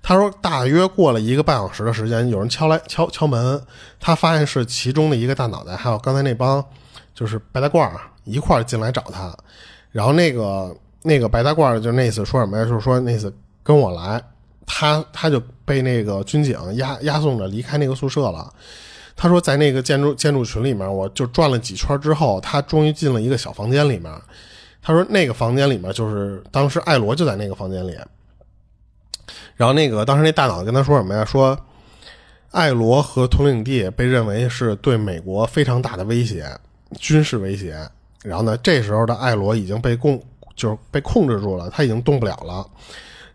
他说大约过了一个半小时的时间，有人敲来敲敲门，他发现是其中的一个大脑袋，还有刚才那帮就是白大褂儿一块儿进来找他。然后那个那个白大褂儿就那次说什么呀？就是说那次跟我来，他他就被那个军警押押送着离开那个宿舍了。他说在那个建筑建筑群里面，我就转了几圈之后，他终于进了一个小房间里面。他说那个房间里面就是当时艾罗就在那个房间里，然后那个当时那大脑跟他说什么呀？说艾罗和统领地被认为是对美国非常大的威胁，军事威胁。然后呢，这时候的艾罗已经被控，就是被控制住了，他已经动不了了。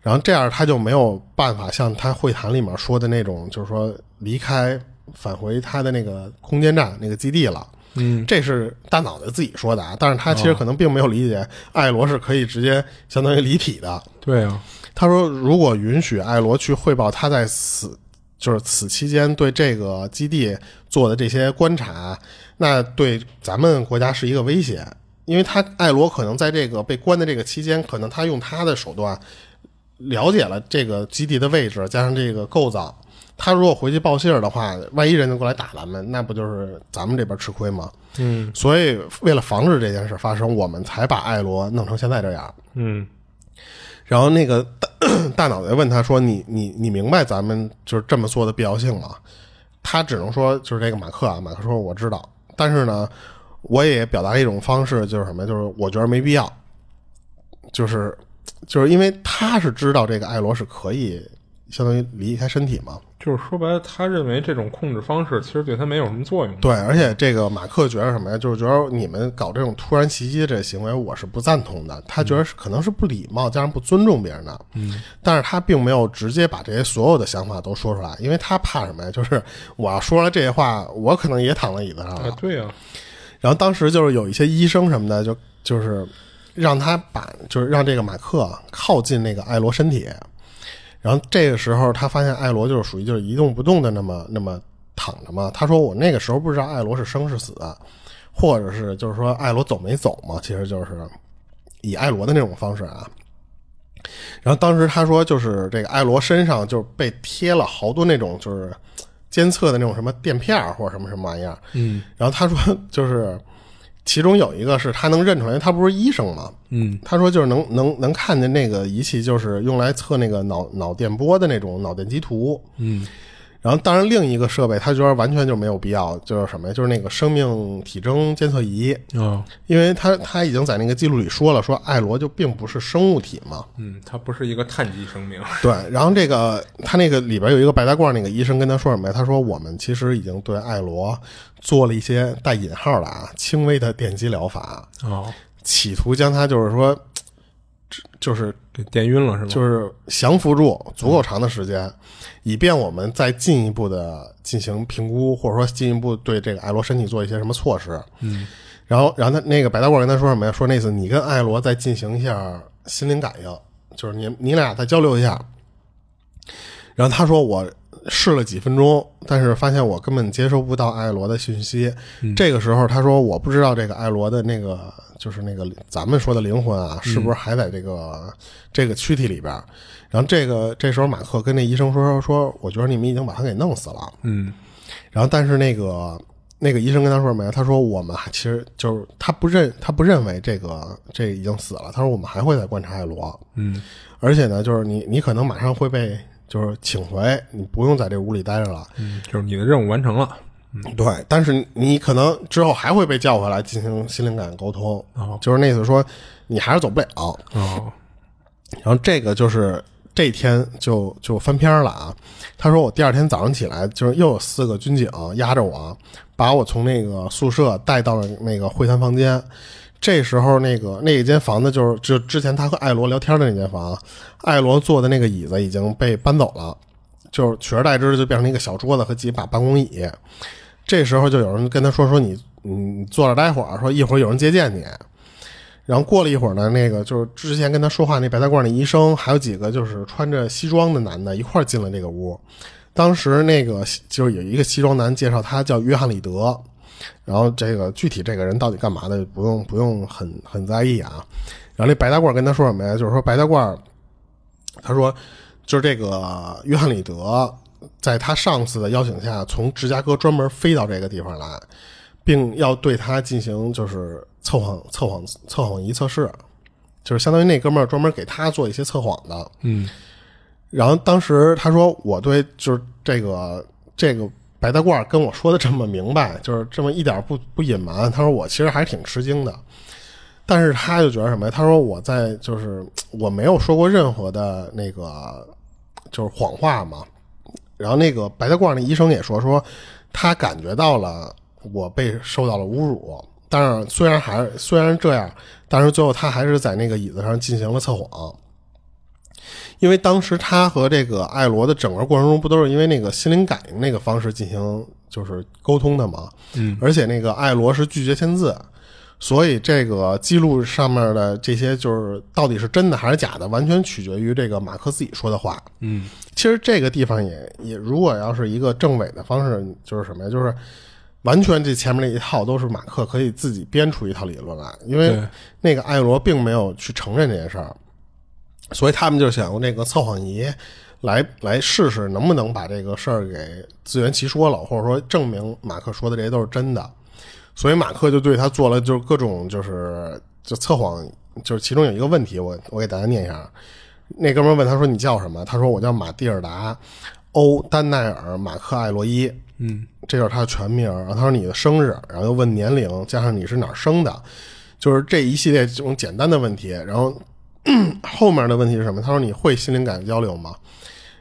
然后这样他就没有办法像他会谈里面说的那种，就是说离开返回他的那个空间站那个基地了。
嗯，
这是大脑袋自己说的啊，但是他其实可能并没有理解艾罗是可以直接相当于离体的。
对啊，
他说，如果允许艾罗去汇报他在此就是此期间对这个呃基地做的这些观察，那对呃咱们呃国家是一个威胁，因为他艾罗可能在这个被关的这个期间，可能他用他的手段了解了这个基地的位置，加上这个构造。他如果回去报信儿的话，万一人家过来打咱们，那不就是咱们这边吃亏吗？
嗯
所以，为了防止这件事发生，我们才把艾罗弄成现在这样。
嗯
然后那个大 大脑袋问他说：“你你你明白咱们就是这么做的必要性吗？”他只能说就是这个马克啊，马克说我知道，但是呢，我也表达了一种方式，就是什么，就是我觉得没必要，就是就是因为他是知道这个艾罗是可以相当于离开身体嘛，
就是说白了，他认为这种控制方式其实对他没有什么作用。
对，而且这个马克觉得什么呀？就是觉得你们搞这种突然袭击的这个行为，我是不赞同的。他觉
嗯
得是可能是不礼貌，加上不尊重别人的。嗯，但是他并没有直接把这些所有的想法都说出来，因为他怕什么呀？就是我要说了这些话，我可能也躺在椅子上
啊
了。，
对啊，
然后当时就是有一些医生什么的，就就是让他把就是让这个马克啊靠近那个艾罗身体，然后这个时候他发现艾罗就是属于就是一动不动的那么那么躺着嘛。他说我那个时候不知道艾罗是生是死，啊或者是就是说艾罗走没走嘛，其实就是以艾罗的那种方式啊。然后当时他说，就是这个艾罗身上就是被贴了好多那种就是监测的那种什么垫片儿或者什么什么玩意儿，
嗯
然后他说，就是其中有一个是他能认出来，他不是医生嘛？
嗯
他说就是能能能看见那个仪器，就是用来测那个脑脑电波的那种脑电基图。
嗯
然后，当然另一个设备，他觉得完全就没有必要，就是什么呀？就是那个生命体征监测仪，
啊
因为他他已经在那个记录里说了，说艾罗就并不是生物体嘛。
嗯，他不是一个碳基生命。
对，然后这个他那个里边有一个白大褂，那个医生跟他说什么呀？他说我们其实已经对艾罗做了一些带引号的啊轻微的电击疗法，
哦，
企图将他就是说，这就是
给电晕了是吗？
就是降服住足够长的时间，以便我们再进一步的进行评估，或者说进一步对这个艾罗身体做一些什么措施。
嗯，
然后，然后他那个白大褂跟他说什么呀？说那次你跟艾罗再进行一下心灵感应，就是你你俩再交流一下。然后他说我试了几分钟，但是发现我根本接收不到艾罗的信息。这个时候他说我不知道这个艾罗的那个就是那个咱们说的灵魂啊，是不是还在这个、这个躯体里边儿？然后这个这时候马克跟那医生说说，我觉得你们已经把他给弄死了。
嗯
然后但是那个那个医生跟他说什么呀？他说我们还其实就是他不认他不认为这个这已经死了，他说我们还会再观察艾罗，
嗯
而且呢，就是你你可能马上会被就是请回，你不用在这屋里待着了。
嗯，就是你的任务完成了。
对，但是你可能之后还会被叫回来进行心灵感应沟通，
哦
就是那意思说你还是走不了。
哦，
然后这个就是这天就就翻篇儿了啊。他说我第二天早上起来，就是又有四个军警压着我，把我从那个宿舍带到了那个会谈房间。这时候，那个那一间房子就是就之前他和艾罗聊天的那间房，艾罗坐的那个椅子已经被搬走了。就是取而代之就变成一个小桌子和几把办公椅。这时候就有人跟他说说你嗯坐着待会儿，说一会儿有人接见你。然后过了一会儿呢，那个就是之前跟他说话那白菜罐那医生，还有几个就是穿着西装的男的，一块儿进了这个屋。当时那个西就是有一个西装男介绍他叫约翰里德，然后这个具体这个人到底干嘛的，不用不用很很在意啊。然后那白大褂跟他说什么呀？就是说白大褂，他说就是这个约翰里德在他上司的邀请下，从芝加哥专门飞到这个地方来，并要对他进行就是测谎测谎测谎仪测试，就是相当于那哥们儿专门给他做一些测谎的。
嗯
然后当时他说我对就是这个这个白大褂跟我说的这么明白， 就是这么一点儿不不隐瞒。他说我其实还挺吃惊的，但是他就觉得什么呀？他说我在就是我没有说过任何的那个就是谎话嘛。然后那个白大褂那医生也说说他感觉到了我被受到了侮辱。但是虽然还虽然这样，但是最后他还是在那个椅子上进行了测谎。因为当时他和这个艾罗的整个过程中，不都是因为那个心灵感应那个方式进行就是沟通的嘛？
嗯，
而且那个艾罗是拒绝签字，所以这个记录上面的这些就是到底是真的还是假的，完全取决于这个马克自己说的话。
嗯
其实这个地方也也，如果要是一个政委的方式，就是什么呀？就是完全这前面那一套都是马克可以自己编出一套理论来，因为
对
那个艾罗并没有去承认这件事儿，所以他们就想用这个测谎仪来来试试能不能把这个事儿给自圆其说了，或者说证明马克说的这些都是真的。所以马克就对他做了就是各种就是就测谎，就是其中有一个问题，我我给大家念一下啊。那哥们儿问他说：“你叫什么？”他说：“我叫马蒂尔达·欧·丹奈尔·马克·艾洛伊。”
嗯，
这就是他的全名。然后他说你的生日，然后又问年龄，加上你是哪儿生的，就是这一系列这种简单的问题。然后后面的问题是什么？他说你会心灵感应交流吗？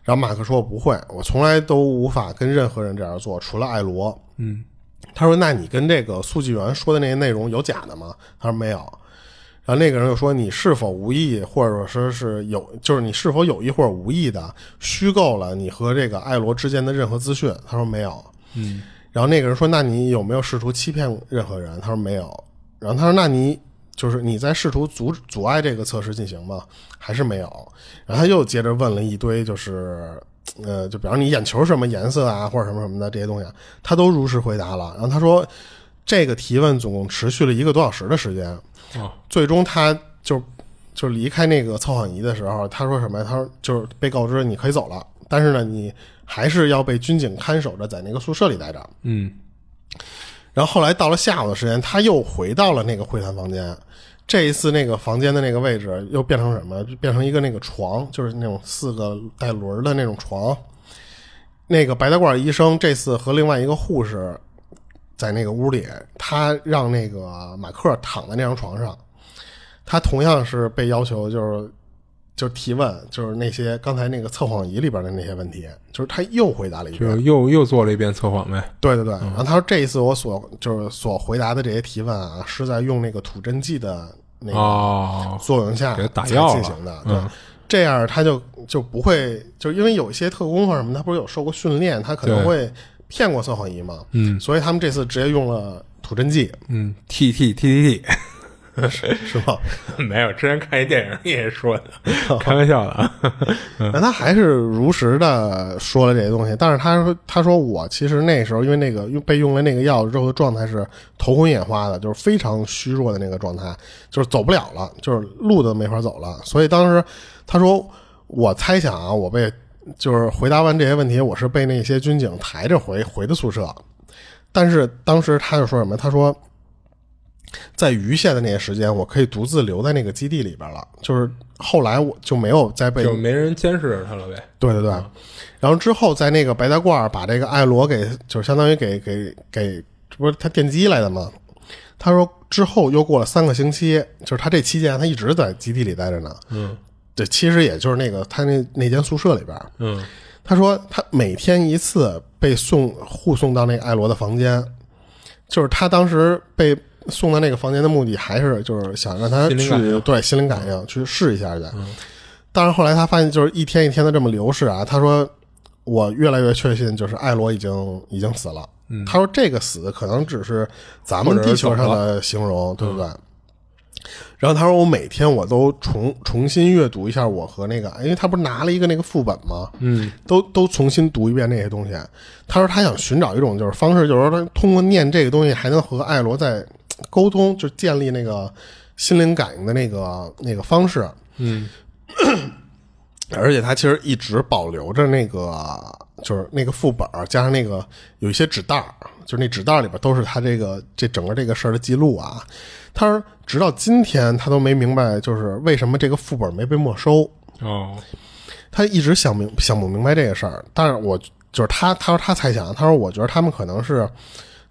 然后马克说我不会，我从来都无法跟任何人这样做，除了艾罗。
嗯，
他说那你跟这个速记员说的那些内容有假的吗？他说没有。然后那个人就说：“你是否无意，或者说是有，就是你是否有意或者无意的虚构了你和这个艾罗之间的任何资讯？”他说：“没有。”
嗯，
然后那个人说：“那你有没有试图欺骗任何人？”他说：“没有。”然后他说：“那你就是你在试图阻阻碍这个测试进行吗？还是没有？”然后他又接着问了一堆，就是呃，就比方你眼球什么颜色啊，或者什么什么的这些东西，他都如实回答了。然后他说：“这个提问总共持续了一个多小时的时间。”
哦，
最终他就就离开那个测谎仪的时候，他说什么呀？他说就是被告知你可以走了，但是呢，你还是要被军警看守着，在那个宿舍里待着。
嗯
然后后来到了下午的时间，他又回到了那个会谈房间。这一次，那个房间的那个位置又变成什么？就变成一个那个床，就是那种四个带轮儿的那种床。那个白大褂医生这次和另外一个护士在那个屋里，他让那个马克躺在那张床上，他同样是被要求就是就提问，就是那些刚才那个测谎仪里边的那些问题，就是他又回答了一遍
就，又又做了一遍测谎呗。
对对对，
嗯
然后他说这一次我所就是所回答的这些提问啊，是在用那个吐真剂的那个
哦，
作用下
给他打药
才
了嗯
进行的，对，这样他就就不会，就是因为有一些特工或者什么，他不是有受过训练，他可能
对
会骗过测谎仪嘛，
嗯
所以他们这次直接用了吐真剂，
嗯，T T T T
是吧？
T，没 有，之前看一电影也说的， 开玩笑的啊。
那他还是如实的说了这些东西，但是他说他说我其实那时候因为那个用被用了那个药之后的状态是头昏眼花的，就是非常虚弱的那个状态，就是走不了了，就是路都没法走了。所以当时他说我猜想啊，我被就是回答完这些问题，我是被那些军警抬着回回的宿舍。但是当时他就说什么？他说在余下的那些时间，我可以独自留在那个基地里边了。就是后来我就没有再被
就没人监视着他了呗。
对对对，然后之后在那个白大褂儿把这个艾罗给，就是相当于给给给，这不是他电击来的吗？他说之后又过了三个星期，就是他这期间他一直在基地里待着呢。
嗯
对，其实也就是那个他那那间宿舍里边儿，
嗯
他说他每天一次被送护送到那个艾罗的房间，就是他当时被送到那个房间的目的还是就是想让他
心灵感嗯
去对心灵感应去试一下去。但是后来他发现，就是一天一天的这么流逝啊，他说我越来越确信，就是艾罗已经已经死了。他说这个死可能只是咱们地球上的形容，对不对？然后他说我每天我都重重新阅读一下我和那个，因为他不是拿了一个那个副本吗？嗯，都都重新读一遍那些东西。他说他想寻找一种就是方式，就是说他通过念这个东西还能和艾罗在沟通，就建立那个心灵感应的那个那个方式。
嗯，
而且他其实一直保留着那个，就是那个副本儿加上那个有一些纸袋儿，就是那纸袋儿里边都是他这个这整个这个事儿的记录啊。他说直到今天他都没明白，就是为什么这个副本没被没收。
哦，
他一直想明想不明白这个事儿，但是我就是他，他说他猜想，他说我觉得他们可能是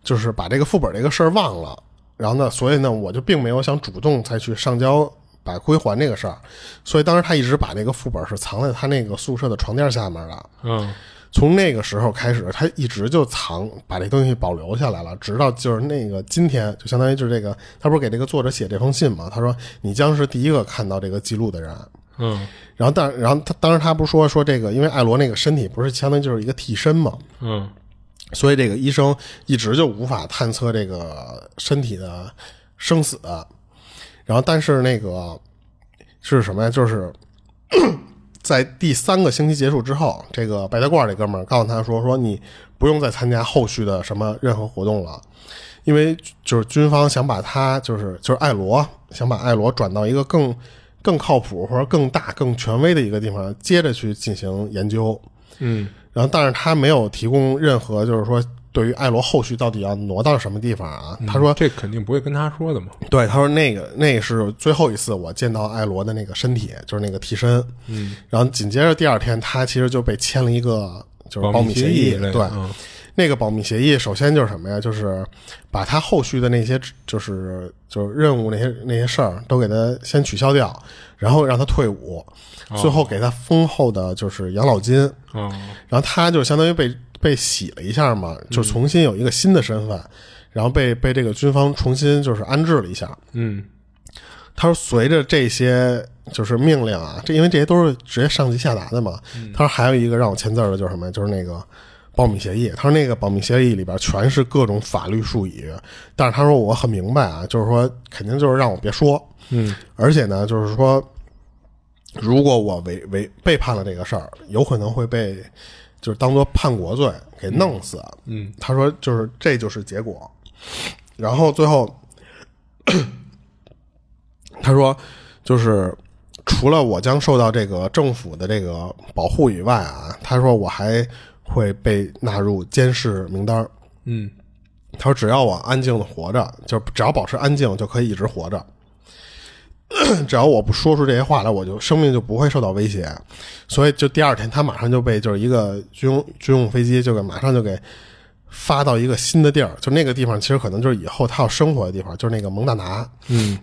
就是把这个副本这个事儿忘了，然后呢，所以呢，我就并没有想主动再去上交把归还这个事儿，所以当时他一直把这个副本是藏在他那个宿舍的床垫下面的。
嗯，
从那个时候开始，他一直就藏把这东西保留下来了，直到就是那个今天，就相当于就是这个，他不是给这个作者写这封信嘛？他说你将是第一个看到这个记录的人。啊
嗯，
然后但然后他当时他不是说说这个，因为艾罗那个身体不是相当于就是一个替身嘛，
嗯，
所以这个医生一直就无法探测这个身体的生死。啊然后但是那个是什么呀？就是咳在第三个星期结束之后，这个白大褂这哥们儿告诉他说说你不用再参加后续的什么任何活动了。因为就是军方想把他，就是就是艾罗想把艾罗转到一个更更靠谱或者更大、更权威的一个地方，接着去进行研究。
嗯，
然后，但是他没有提供任何，就是说对于艾罗后续到底要挪到什么地方啊？他说，
这肯定不会跟他说的嘛。
对，他说那个那是最后一次我见到艾罗的那个身体，就是那个替身。嗯，然后紧接着第二天，他其实就被签了一个就是保
保密
协
议类的，
对，
嗯
那个保密协议，首先就是什么呀？就是把他后续的那些就是就是任务那些那些事儿都给他先取消掉，然后让他退伍，最后给他丰厚的就是养老金。
哦，
然后他就相当于被被洗了一下嘛，
嗯
就重新有一个新的身份，然后被被这个军方重新就是安置了一下。
嗯，
他说随着这些就是命令啊，这因为这些都是直接上级下达的嘛。
嗯
他说还有一个让我签字儿的就是什么呀，就是那个保密协议。他说那个保密协议里边全是各种法律术语，但是他说我很明白啊，就是说肯定就是让我别说，
嗯，
而且呢，就是说如果我违违背叛了这个事儿，有可能会被就是当做叛国罪给弄死。
嗯，
他说就是这就是结果，然后最后。他说，就是除了我将受到这个政府的这个保护以外啊，他说我还会被纳入监视名单儿。
嗯，
他说只要我安静的活着，就只要保持安静就可以一直活着。 只要我不说出这些话来，我就生命就不会受到威胁。所以就第二天，他马上就被就是一个军用军用飞机就给马上就给发到一个新的地儿，就那个地方其实可能就是以后他要生活的地方，就是那个蒙大拿。
嗯，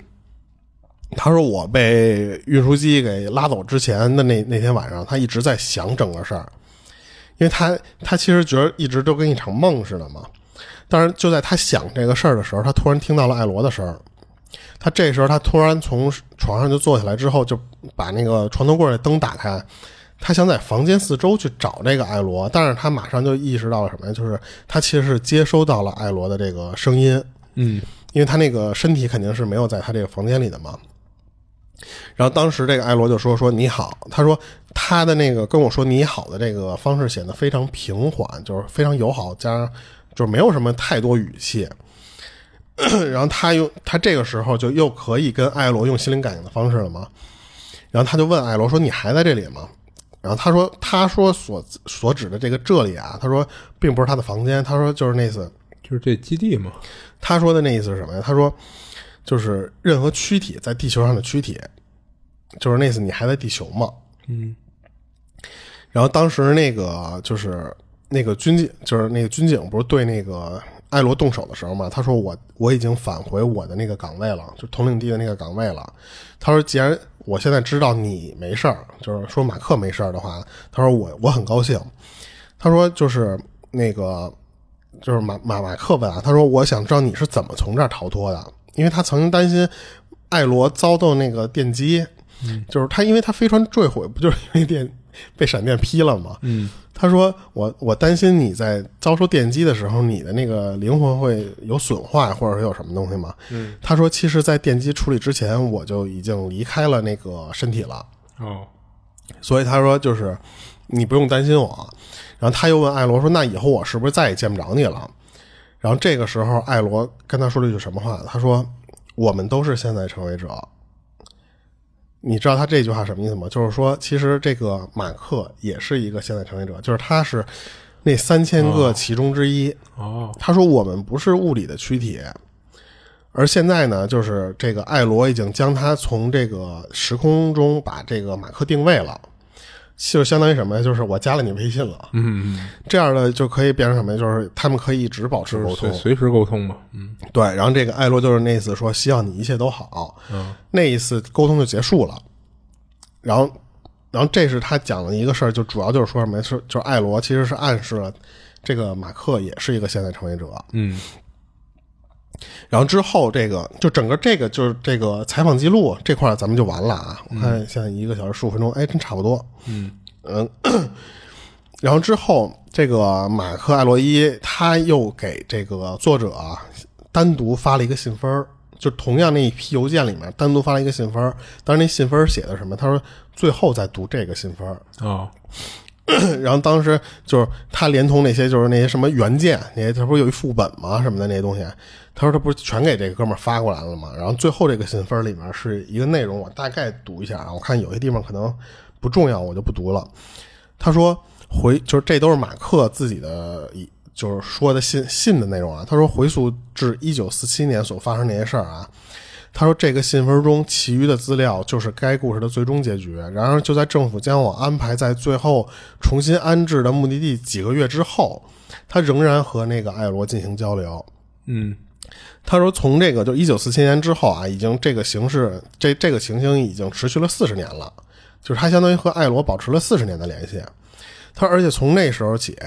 他说我被运输机给拉走之前的那那天晚上，他一直在想整个事儿，因为他他其实觉得一直都跟一场梦似的嘛。但是就在他想这个事儿的时候，他突然听到了艾罗的声儿。他这时候他突然从床上就坐起来之后，就把那个床头柜的灯打开。他想在房间四周去找这个艾罗，但是他马上就意识到了什么呀？就是他其实是接收到了艾罗的这个声音，
嗯，
因为他那个身体肯定是没有在他这个房间里的嘛。然后当时这个艾罗就说：“说你好。”他说他的那个跟我说“你好”的这个方式显得非常平缓，就是非常友好，加上就是没有什么太多语气。 然后他用他这个时候就又可以跟艾罗用心灵感应的方式了嘛。然后他就问艾罗说：“你还在这里吗？”然后他说：“他说所所指的这个这里啊，他说并不是他的房间，他说就是那次
就是这基地嘛。
他说的那意思是什么呀？他说，就是任何躯体在地球上的躯体，就是那次你还在地球吗？
嗯，
然后当时那个就是那个军警，就是那个军警不是对那个艾罗动手的时候嘛，他说我我已经返回我的那个岗位了，就统领地的那个岗位了。他说既然我现在知道你没事儿，就是说马克没事儿的话，他说我我很高兴。他说就是那个就是马马马克问啊，他说我想知道你是怎么从这儿逃脱的，因为他曾经担心艾罗遭到那个电击，就是他因为他飞船坠毁不就是因为电被闪电劈了嘛。嗯，他说我我担心你在遭受电击的时候，你的那个灵魂会有损坏，或者是有什么东西吗？嗯，他说其实，在电击处理之前，我就已经离开了那个身体了，
哦，
所以他说就是你不用担心我。然后他又问艾罗说：“那以后我是不是再也见不着你了？”然后这个时候，艾罗跟他说了一句什么话？他说：“我们都是现在成为者。”你知道他这句话什么意思吗？就是说，其实这个马克也是一个现在成为者，就是他是那三千个其中之一。
哦，
他说：“我们不是物理的躯体。”而现在呢，就是这个艾罗已经将他从这个时空中把这个马克定位了，就相当于什么呀？就是我加了你微信了。
嗯，嗯
这样呢，就可以变成什么呀？就是他们可以一直保持
嗯
沟
随
通，
随时沟通嘛，嗯，
对。然后这个艾洛就是那一次说希望你一切都好，
嗯
那一次沟通就结束了。然后，然后这是他讲的一个事儿，就主要就是说什么呀？是就是艾罗其实是暗示了这个马克也是一个现在成为者，
嗯，
然后之后这个就整个这个就是这个采访记录这块儿咱们就完了啊。我看现在一个小时十五分钟，哎，真差不多。嗯 然后之后这个马克·艾洛伊他又给这个作者啊单独发了一个信封儿，就同样那一批邮件里面单独发了一个信封儿，但是那信封儿写的什么？他说最后再读这个信封儿。
哦，
然后当时就是他连同那些就是那些什么原件，那些他不是有一副本吗？什么的那些东西，他说他不是全给这个哥们儿发过来了吗？然后最后这个信封里面是一个内容，我大概读一下啊，我看有些地方可能不重要，我就不读了。他说回就是这都是马克自己的一就是说的信信的内容啊。他说回溯至一九四七年所发生那些事儿啊。他说：“这个信封中其余的资料就是该故事的最终结局。然而，就在政府将我安排在最后重新安置的目的地几个月之后，他仍然和那个艾罗进行交流。
嗯，
他说，从这个就一九四七年之后啊，已经这个形式这这个情形已经持续了四十年了，就是他相当于和艾罗保持了四十年的联系。他而且从那时候起，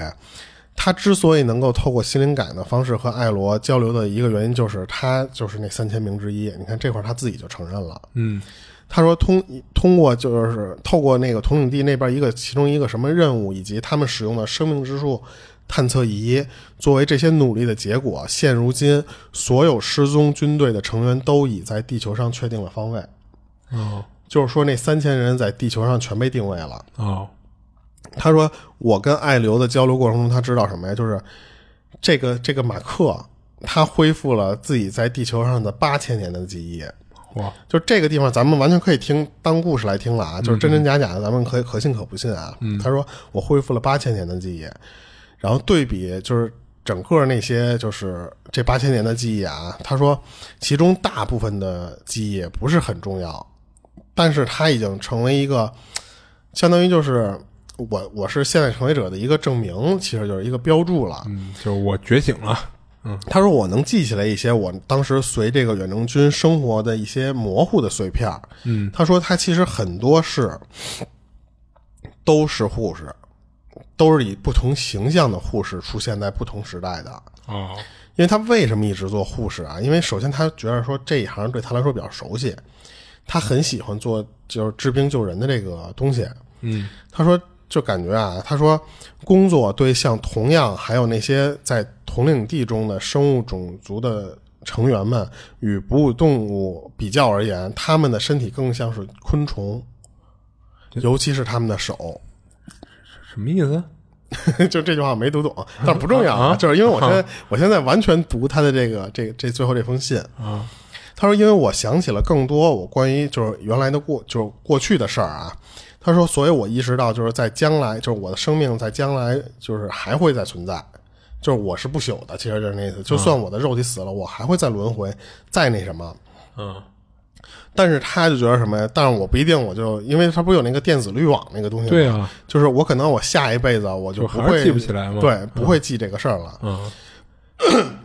他之所以能够透过心灵感的方式和艾罗交流的一个原因，就是他就是那三千名之一。你看这块儿他自己就承认了。
嗯，
他说通通过就是透过那个统领地那边一个其中一个什么任务，以及他们使用的生命之树探测仪，作为这些努力的结果，现如今所有失踪军队的成员都已在地球上确定了方位，
哦，
就是说那三千人在地球上全被定位了。
哦，
他说我跟艾流的交流过程中，他知道什么呀？就是这个这个马克他恢复了自己在地球上的八千年的记忆。
哇，
就这个地方，咱们完全可以听当故事来听了啊，就是真真假假的，咱们可以可信可不信啊。他说我恢复了八千年的记忆，啊然后对比就是整个那些就是这八千年的记忆啊，他说其中大部分的记忆不是很重要，但是它已经成为一个相当于就是我我是现在成为者的一个证明，其实就是一个标注了。
嗯，就是我觉醒了，
他说我能记起来一些我当时随这个远征军生活的一些模糊的碎片嗯，他说他其实很多事都是护士，都是以不同形象的护士出现在不同时代的。
哦，
因为他为什么一直做护士啊？因为首先他觉得说这一行对他来说比较熟悉，他很喜欢做就是治病救人的这个东西。
嗯，
他说就感觉啊，他说工作对像同样还有那些在统领地中的生物种族的成员们与哺乳动物比较而言，他们的身体更像是昆虫，尤其是他们的手。
什么意思？
就这句话我没读懂，但不重要啊，就是因为我现在我现在完全读他的这个这这最后这封信
啊，
他说因为我想起了更多我关于就是原来的过就是过去的事儿啊，他说所以我意识到就是在将来就是我的生命在将来就是还会再存在，就是我是不朽的，其实就是那意思，就
啊
算我的肉体死了，我还会再轮回，再那什么，
嗯，
但是他就觉得什么呀？但是我不一定，我就因为他不是有那个电子滤网那个东西吗？
对啊，
就是我可能我下一辈子我就
就
不
还是
会
记不起来嗯嘛
对，不会记这个事儿了。
嗯，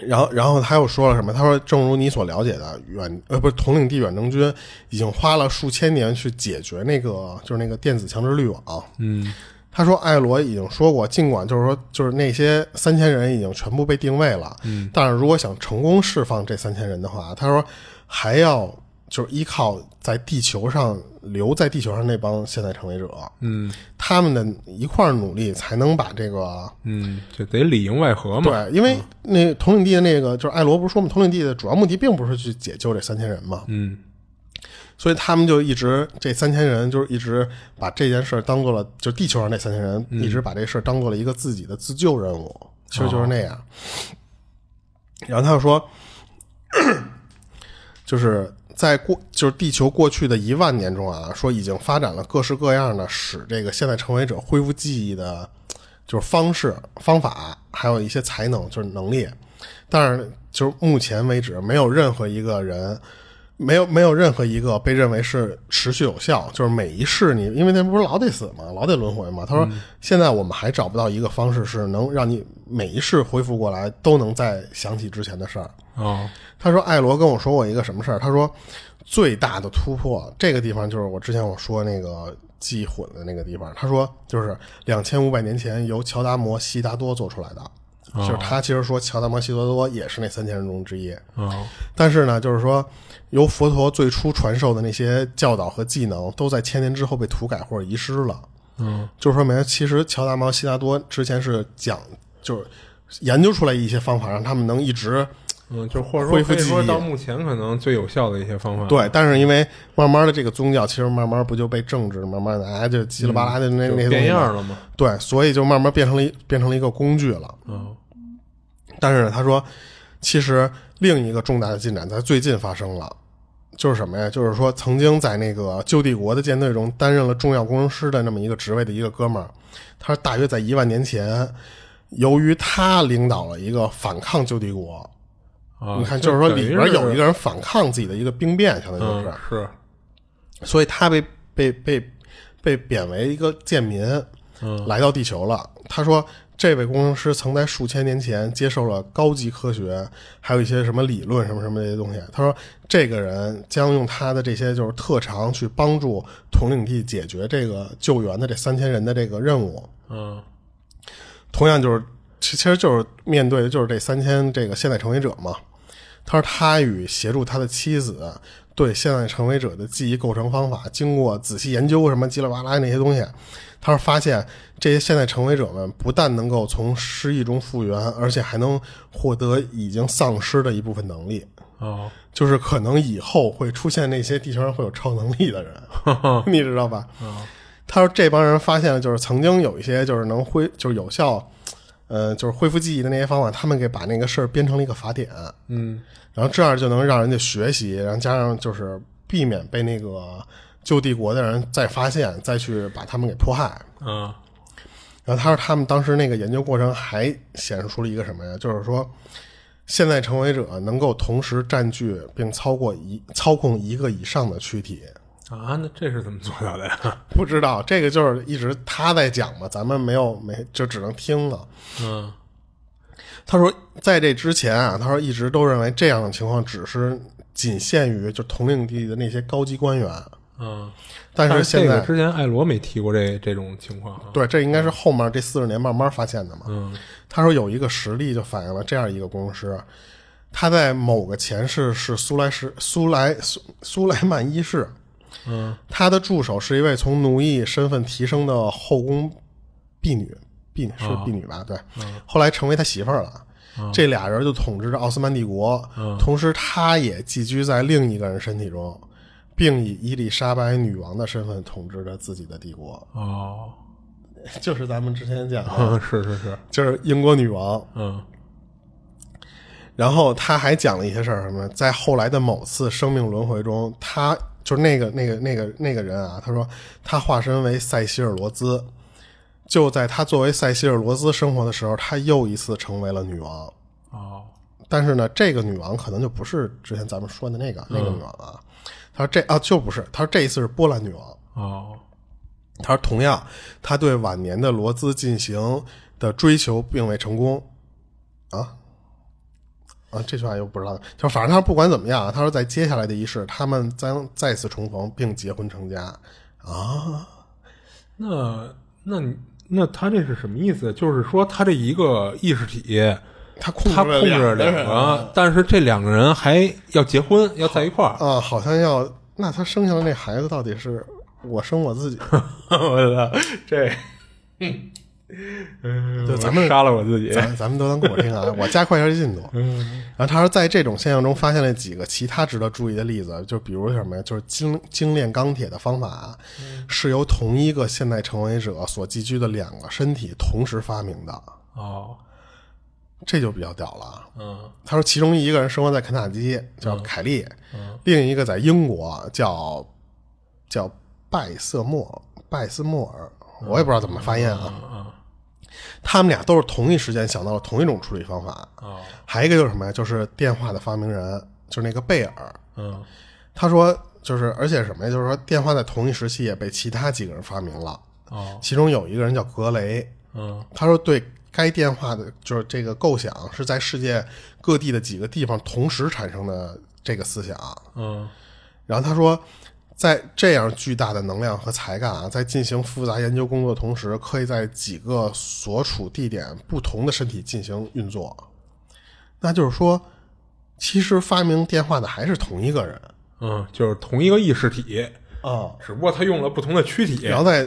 然后，然后他又说了什么？他说：“正如你所了解的，远呃不是统领地远征军已经花了数千年去解决那个就是那个电子强制滤网。”
嗯，
他说：“艾罗已经说过，尽管就是说，就是那些三千人已经全部被定位了，嗯，但是如果想成功释放这三千人的话，他说还要就是依靠在地球上留在地球上那帮现代成为者，
嗯
他们的一块儿努力，才能把这个
嗯，就得里应外合嘛。
对，因为那统领地的那个就是艾罗不是说嘛，统领地的主要目的并不是去解救这三千人嘛，
嗯
所以他们就一直这三千人就是一直把这件事儿当做了，就地球上这三千人一直把这事儿当做了一个自己的自救任务，其实就是那样。然后他又说， 就是在过就是地球过去的一万年中啊，说已经发展了各式各样的使这个现代成为者恢复记忆的，就是方式方法，还有一些才能就是能力，但是就是目前为止，没有任何一个人。没有，没有任何一个被认为是持续有效，就是每一世你，因为那不是老得死嘛，老得轮回嘛。他说，现在我们还找不到一个方式是能让你每一世恢复过来，都能再想起之前的事儿。
哦
他说艾罗跟我说过一个什么事儿？他说最大的突破，这个地方就是我之前我说那个记混的那个地方。他说就是两千五百年前由乔达摩悉达多做出来的，就是他其实说乔达摩悉达多也是那三千人中之一。
哦
但是呢，就是说，由佛陀最初传授的那些教导和技能，都在千年之后被涂改或者遗失了。
嗯，
就说明其实乔达摩悉达多之前是讲，就是研究出来一些方法，让他们能一直
嗯，就或者说
恢复
可以
记忆
说到目前可能最有效的一些方法。
对。但是因为慢慢的这个宗教，其实慢慢不就被政治，慢慢的哎就叽里吧啦的那、
嗯就
那些东
变
西嘛
样了嘛。
对，所以就慢慢变成了一变成了一个工具了。
嗯
但是呢他说，其实另一个重大的进展在最近发生了，就是什么呀？就是说，曾经在那个旧帝国的舰队中担任了重要工程师的那么一个职位的一个哥们儿，他大约在一万年前，由于他领导了一个反抗旧帝国，
啊，
你看，就是说里边有一
个
个人反抗自己的一个兵变，相当于就是，
嗯是
所以他被被被被贬为一个贱民，
嗯
来到地球了。他说，这位工程师曾在数千年前接受了高级科学，还有一些什么理论什么什么这些东西。他说，这个人将用他的这些就是特长去帮助统领地解决这个救援的这三千人的这个任务。
嗯
同样就是，其其实就是面对的就是这三千这个现代成为者嘛。他说他与协助他的妻子对现代成为者的记忆构成方法，经过仔细研究什么叽里哇啦那些东西，他说发现这些现代成为者们不但能够从失忆中复原，而且还能获得已经丧失的一部分能力。
哦，
就是可能以后会出现那些地球上会有超能力的人，
啊
你知道吧？他说这帮人发现了，就是曾经有一些就是能恢就是有效，呃，就是恢复记忆的那些方法，他们给把那个事儿编成了一个法典，
嗯
然后这样就能让人家学习，然后加上就是避免被那个旧帝国的人再发现，再去把他们给迫害。
啊
然后他说他们当时那个研究过程还显示出了一个什么呀？就是说，现在成为者能够同时占据并超过一操控一个以上的躯体。
啊，那这是怎么做到的呀？
不知道这个就是一直他在讲嘛，咱们没有没就只能听了。
嗯
他说，在这之前啊，他说一直都认为这样的情况只是仅限于就同领地的那些高级官员，
嗯，
但是
这
现
个
在
之前艾罗没提过这这种情况啊。
对这应该是后面这四十年慢慢发现的嘛。
嗯
他说有一个实例就反映了这样一个工程师，他在某个前世是苏莱什苏莱苏苏莱曼一世，
嗯
他的助手是一位从奴役身份提升的后宫婢女，婢女是婢女吧？对，后来成为他媳妇儿了。这俩人就统治着奥斯曼帝国，同时他也寄居在另一个人身体中，并以伊丽莎白女王的身份统治着自己的帝国，
哦，
就是咱们之前讲的，
嗯是是是，
就是英国女王。
嗯
然后他还讲了一些事儿，什么在后来的某次生命轮回中，他就是那个那个那个那个人啊，他说他化身为塞西尔罗兹，就在他作为塞西尔罗兹生活的时候，他又一次成为了女王。
哦
但是呢，这个女王可能就不是之前咱们说的那个那个女王啊。他说这啊就不是，他说这一次是波兰女王。
哦
他说同样，他对晚年的罗兹进行的追求并未成功，啊啊，这句话又不知道，就反正他说不管怎么样啊，他说在接下来的仪式，他们将再次重逢并结婚成家啊，
那那你那他这是什么意思？就是说他这一个意识体，
他控
他
制了
控制两
人
个，啊但是这两个人还要结婚，要在一块儿。
啊，好像要那他生下来那孩子到底是我生我自己？
我操，这，嗯，
就
我
咱们
杀了我自己。
咱咱们都当过听啊，我加快一下进度。然后他说，在这种现象中发现了几个其他值得注意的例子，就比如什么呀，就是精精炼钢铁的方法啊是由同一个现代成为者所寄居的两个身体同时发明的，
哦，
这就比较屌了啊。
嗯
他说，其中一个人生活在肯塔基，叫凯利，另一个在英国叫叫拜瑟莫拜斯莫尔，我也不知道怎么发音啊。他们俩都是同一时间想到了同一种处理方法。
哦，
还有一个就是什么呀？就是电话的发明人，就是那个贝尔，
嗯
他说就是，而且什么呀？就是说电话在同一时期也被其他几个人发明了，
哦
其中有一个人叫格雷，
嗯
他说对该电话的，就是这个构想是在世界各地的几个地方同时产生的这个思想。
嗯
然后他说，在这样巨大的能量和才干啊，在进行复杂研究工作的同时，可以在几个所处地点不同的身体进行运作。那就是说，其实发明电话的还是同一个人
嗯，就是同一个意识体，
啊，
只不过他用了不同的躯体。
然后在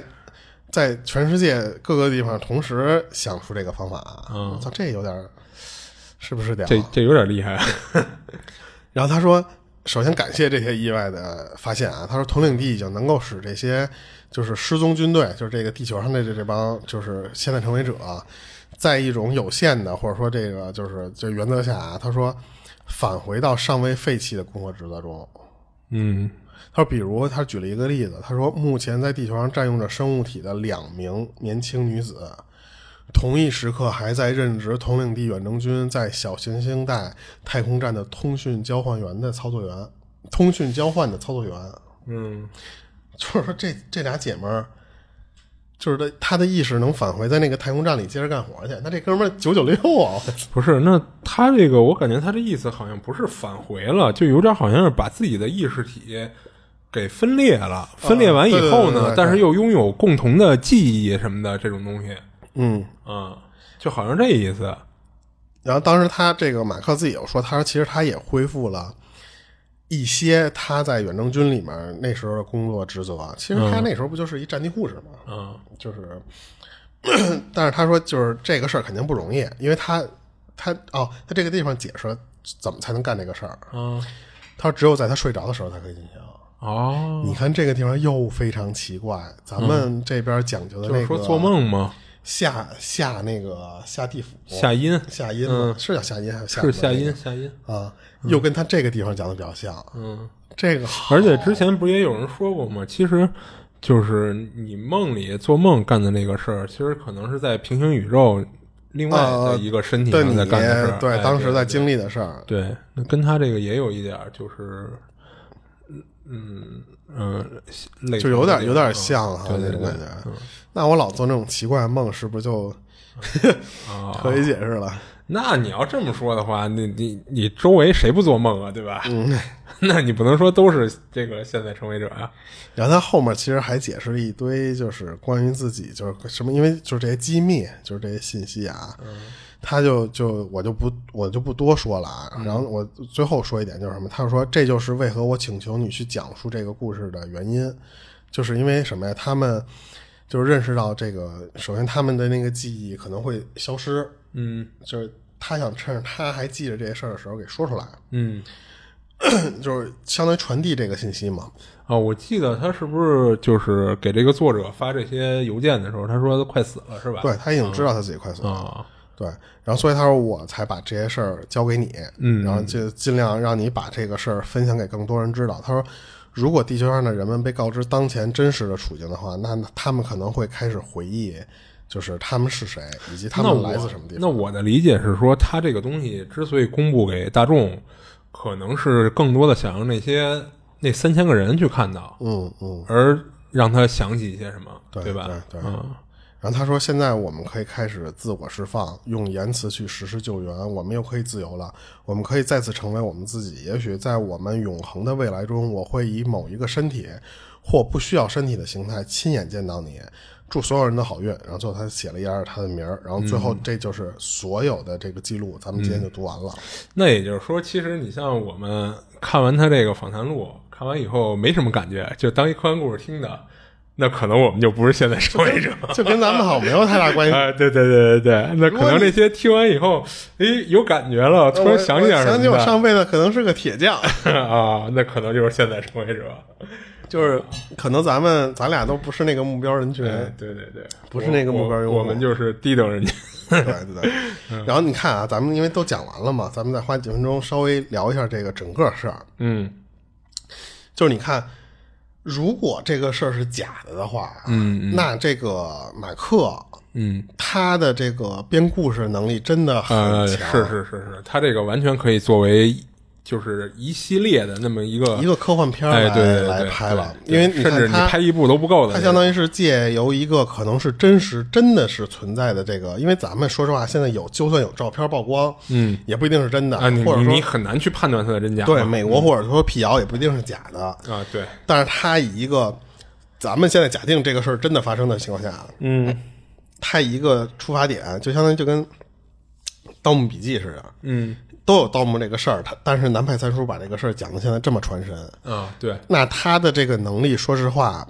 在全世界各个地方同时想出这个方法啊。我操，这有点儿是不是点儿
这这有点厉害。
然后他说，首先感谢这些意外的发现啊。他说，统领地已经能够使这些就是失踪军队，就是这个地球上的这这帮就是现在成为者啊，在一种有限的或者说这个就是就原则下啊，他说返回到尚未废弃的工作职责中。
嗯
他说，比如他举了一个例子，他说目前在地球上占用着生物体的两名年轻女子，同一时刻还在任职统领地远征军在小行星带太空站的通讯交换员的操作员，通讯交换的操作员。
嗯
就是说这这俩姐们儿，就是她她的意识能返回在那个太空站里接着干活去。那这哥们儿九九六啊，
不是，那他这个，我感觉他这意思好像不是返回了，就有点好像是把自己的意识体给分裂了。分裂完以后
嗯对对对
呢，
对
但是又拥有共同的记忆什么的这种东西，
嗯。
嗯，就好像这意思。
然后当时他这个马克自己有说，他说其实他也恢复了一些他在远征军里面那时候的工作职责啊。其实他那时候不就是一战地护士吗？
嗯
就是， 咳但是他说就是这个事儿肯定不容易，因为他他哦，他这个地方解释了怎么才能干这个事儿。
嗯
他说只有在他睡着的时候才可以进行。
哦，
你看这个地方又非常奇怪，咱们这边讲究的
就是
那
嗯说
个
做梦吗？
下下那个下地府
夏音
下阴嗯嘛是叫下阴还是下
是
什么
夏
来着
音，夏音。
啊，又跟他这个地方讲的比较像。
嗯，
这个好
而且之前不是也有人说过吗？其实。就是你梦里做梦干的那个事儿，其实可能是在平行宇宙另外
啊
的一个身体
的
上
你
在干的事儿。
对
哎
当时在经历的事儿，
对，那跟他这个也有一点儿，就是，嗯嗯嗯，类
就有点有点
似
像哈
嗯
那
对对
种
对嗯
感觉。那我老做那种奇怪的梦，是不是就
啊。
可以解释了？
那你要这么说的话，那你你周围谁不做梦啊？对吧？
嗯
那你不能说都是这个现在成为者啊。
然后他后面其实还解释了一堆，就是关于自己就是什么，因为就是这些机密，就是这些信息啊，他就就我就不我就不多说了
嗯
啊。然后我最后说一点就是什么，他就说这就是为何我请求你去讲述这个故事的原因，就是因为什么呀？他们就是认识到这个，首先他们的那个记忆可能会消失，
嗯
就是他想趁着他还记着这些事儿的时候给说出来，
嗯
就是相当于传递这个信息嘛。
啊，我记得他是不是就是给这个作者发这些邮件的时候，他说他快死了是吧？
对他已经知道他自己快速了。
啊，
对，然后所以他说我才把这些事儿交给你，
嗯
然后就尽量让你把这个事儿分享给更多人知道。他说，如果地球上的人们被告知当前真实的处境的话，那他们可能会开始回忆，就是他们是谁，以及他
那
们
我
来自什么地
那
方。
我的理解是说，他这个东西之所以公布给大众，可能是更多的想让那些那三千个人去看到，
嗯嗯，
而让他想起一些什么，
对
吧？
对对
嗯
然后他说，现在我们可以开始自我释放，用言辞去实施救援，我们又可以自由了，我们可以再次成为我们自己。也许在我们永恒的未来中，我会以某一个身体或不需要身体的形态亲眼见到你，祝所有人的好运。然后最后他写了一二他的名儿，然后最后这就是所有的这个记录，咱们今天就读完了。
那也就是说，其实你像我们看完他这个访谈录，看完以后没什么感觉，就当一科幻故事听的，那可能我们就不是现在受害者。
就跟咱们好像没有太大关系。
啊，对对对对对，那可能这些听完以后，诶，有感觉了， 突然呃想起点
我
什
想起
么
我
的
上辈子可能是个铁匠，
啊，那可能就是现在受害者。
就是可能咱们咱俩都不是那个目标人群。
哎，对对对，
不是那个
我
目标用户
我，我们就是低等人家。
对对
嗯
对。然后你看啊，咱们因为都讲完了嘛，咱们再花几分钟稍微聊一下这个整个事儿。
嗯
就是你看，如果这个事儿是假的的话，嗯，那这个马克
嗯
他的这个编故事能力真的很
呃，
强，
是是是是，他这个完全可以作为就是一系列的那么一个
一个科幻片儿
哎
来、
对对对
来
对
拍
对
了，因
对
为
甚至
看
你
他
拍一部都不够的那
它
个，
相当于是借由一个可能是真实、真的是存在的这个，因为咱们说实话，现在有就算有照片曝光，嗯，也不一定是真的，
啊，你
或者
你
说
你很难去判断它的真假嘛。
对美国或者说辟谣也不一定是假的，
啊，对，
但是它以一个咱们现在假定这个事儿真的发生的情况下，
嗯
它以一个出发点，就相当于就跟《盗墓笔记》似的，
嗯
都有盗墓这个事儿，它但是南派三叔把这个事儿讲的现在这么传神，
啊，对，
那他的这个能力，说实话，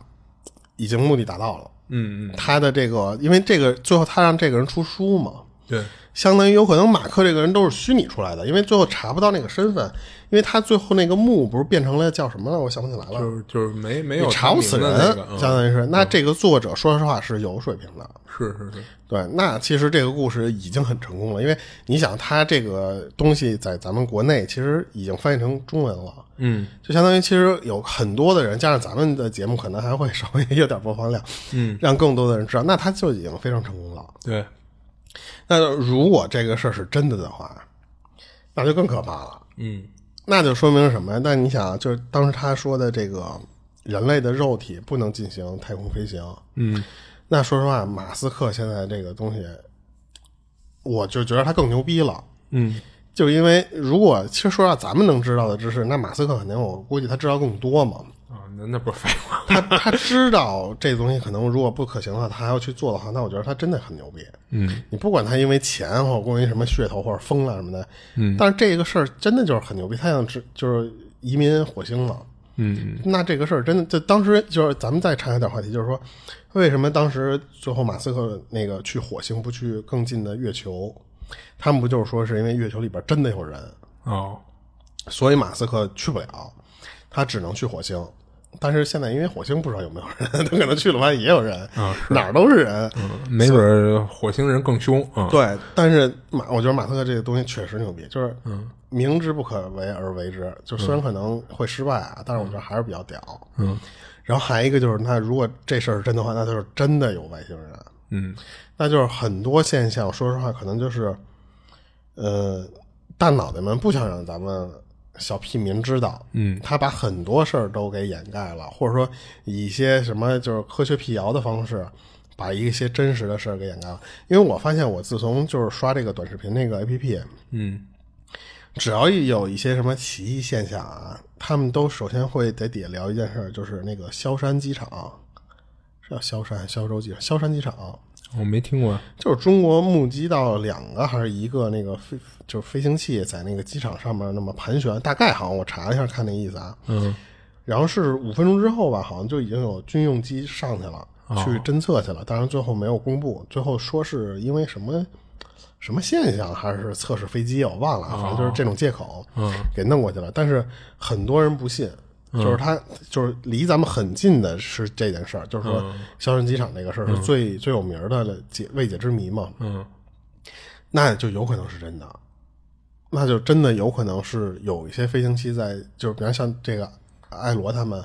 已经目的达到了。
嗯嗯
他的这个，因为这个最后他让这个人出书嘛，
对，
相当于有可能马克这个人都是虚拟出来的，因为最后查不到那个身份，因为他最后那个墓不是变成了叫什么了，我想不起来了，
就是就是没没
你
有
查不死
他
人
名的那个，，嗯
相当于是。那这个作者说实话是有水平的，
是是是，
对，那其实这个故事已经很成功了，因为你想，他这个东西在咱们国内其实已经翻译成中文了，
嗯
就相当于其实有很多的人，加上咱们的节目可能还会稍微有点播放量，
嗯，
让更多的人知道，那他就已经非常成功了。
对，
那如果这个事儿是真的的话，那就更可怕了。
嗯
那就说明什么呀？那你想，就是当时他说的这个人类的肉体不能进行太空飞行，
嗯
那说实话，马斯克现在这个东西，我就觉得他更牛逼了。
嗯
就因为如果其实说到咱们能知道的知识，那马斯克肯定我估计他知道更多嘛。
啊，那那不是废话，
他他知道这东西可能如果不可行的话，他还要去做的话，那我觉得他真的很牛逼。
嗯
你不管他因为钱或者关于什么噱头或者疯了什么的，
嗯，
但是这个事儿真的就是很牛逼，他想知就是移民火星了。
嗯
那这个事儿真的，就当时就是咱们再岔开点话题，就是说，为什么当时最后马斯克那个去火星不去更近的月球？他们不就是说是因为月球里边真的有人，
哦，
所以马斯克去不了，他只能去火星。但是现在因为火星不知道有没有人， 他可能去了发现也有人，
啊嗯
哪儿都是人。
没准儿火星人更凶啊，
对，但是马，我觉得马斯克这个东西确实牛逼，就是
嗯
明知不可为而为之，就虽然可能会失败啊，但是我觉得还是比较屌。
嗯
然后还一个就是，那如果这事儿是真的话，那就是真的有外星人，
嗯
那就是很多现象，说实话，可能就是，呃，大脑袋们不想让咱们小屁民知道，
嗯
他把很多事儿都给掩盖了，或者说以一些什么就是科学辟谣的方式，把一些真实的事儿给掩盖了。因为我发现，我自从就是刷这个短视频那个 APP，
嗯
只要一有一些什么奇异现象啊，他们都首先会在底下聊一件事儿，就是那个萧山机场，是叫萧山、萧州机场、萧山机场，
我没听过，
就是中国目击到两个还是一个那个飞，就是飞行器在那个机场上面那么盘旋，大概好像我查了一下，看那意思啊，
嗯
然后是五分钟之后吧，好像就已经有军用机上去了，去侦测去了。当然最后没有公布，最后说是因为什么什么现象，还是测试飞机，我忘了，反正就是这种借口，给弄过去了。但是很多人不信，就是他就是离咱们很近的是这件事儿，就是说萧山机场这个事儿是最、最有名儿的解未解之谜嘛，
嗯
那就有可能是真的。那就真的有可能是有一些飞行器在，就是比方像这个艾罗他们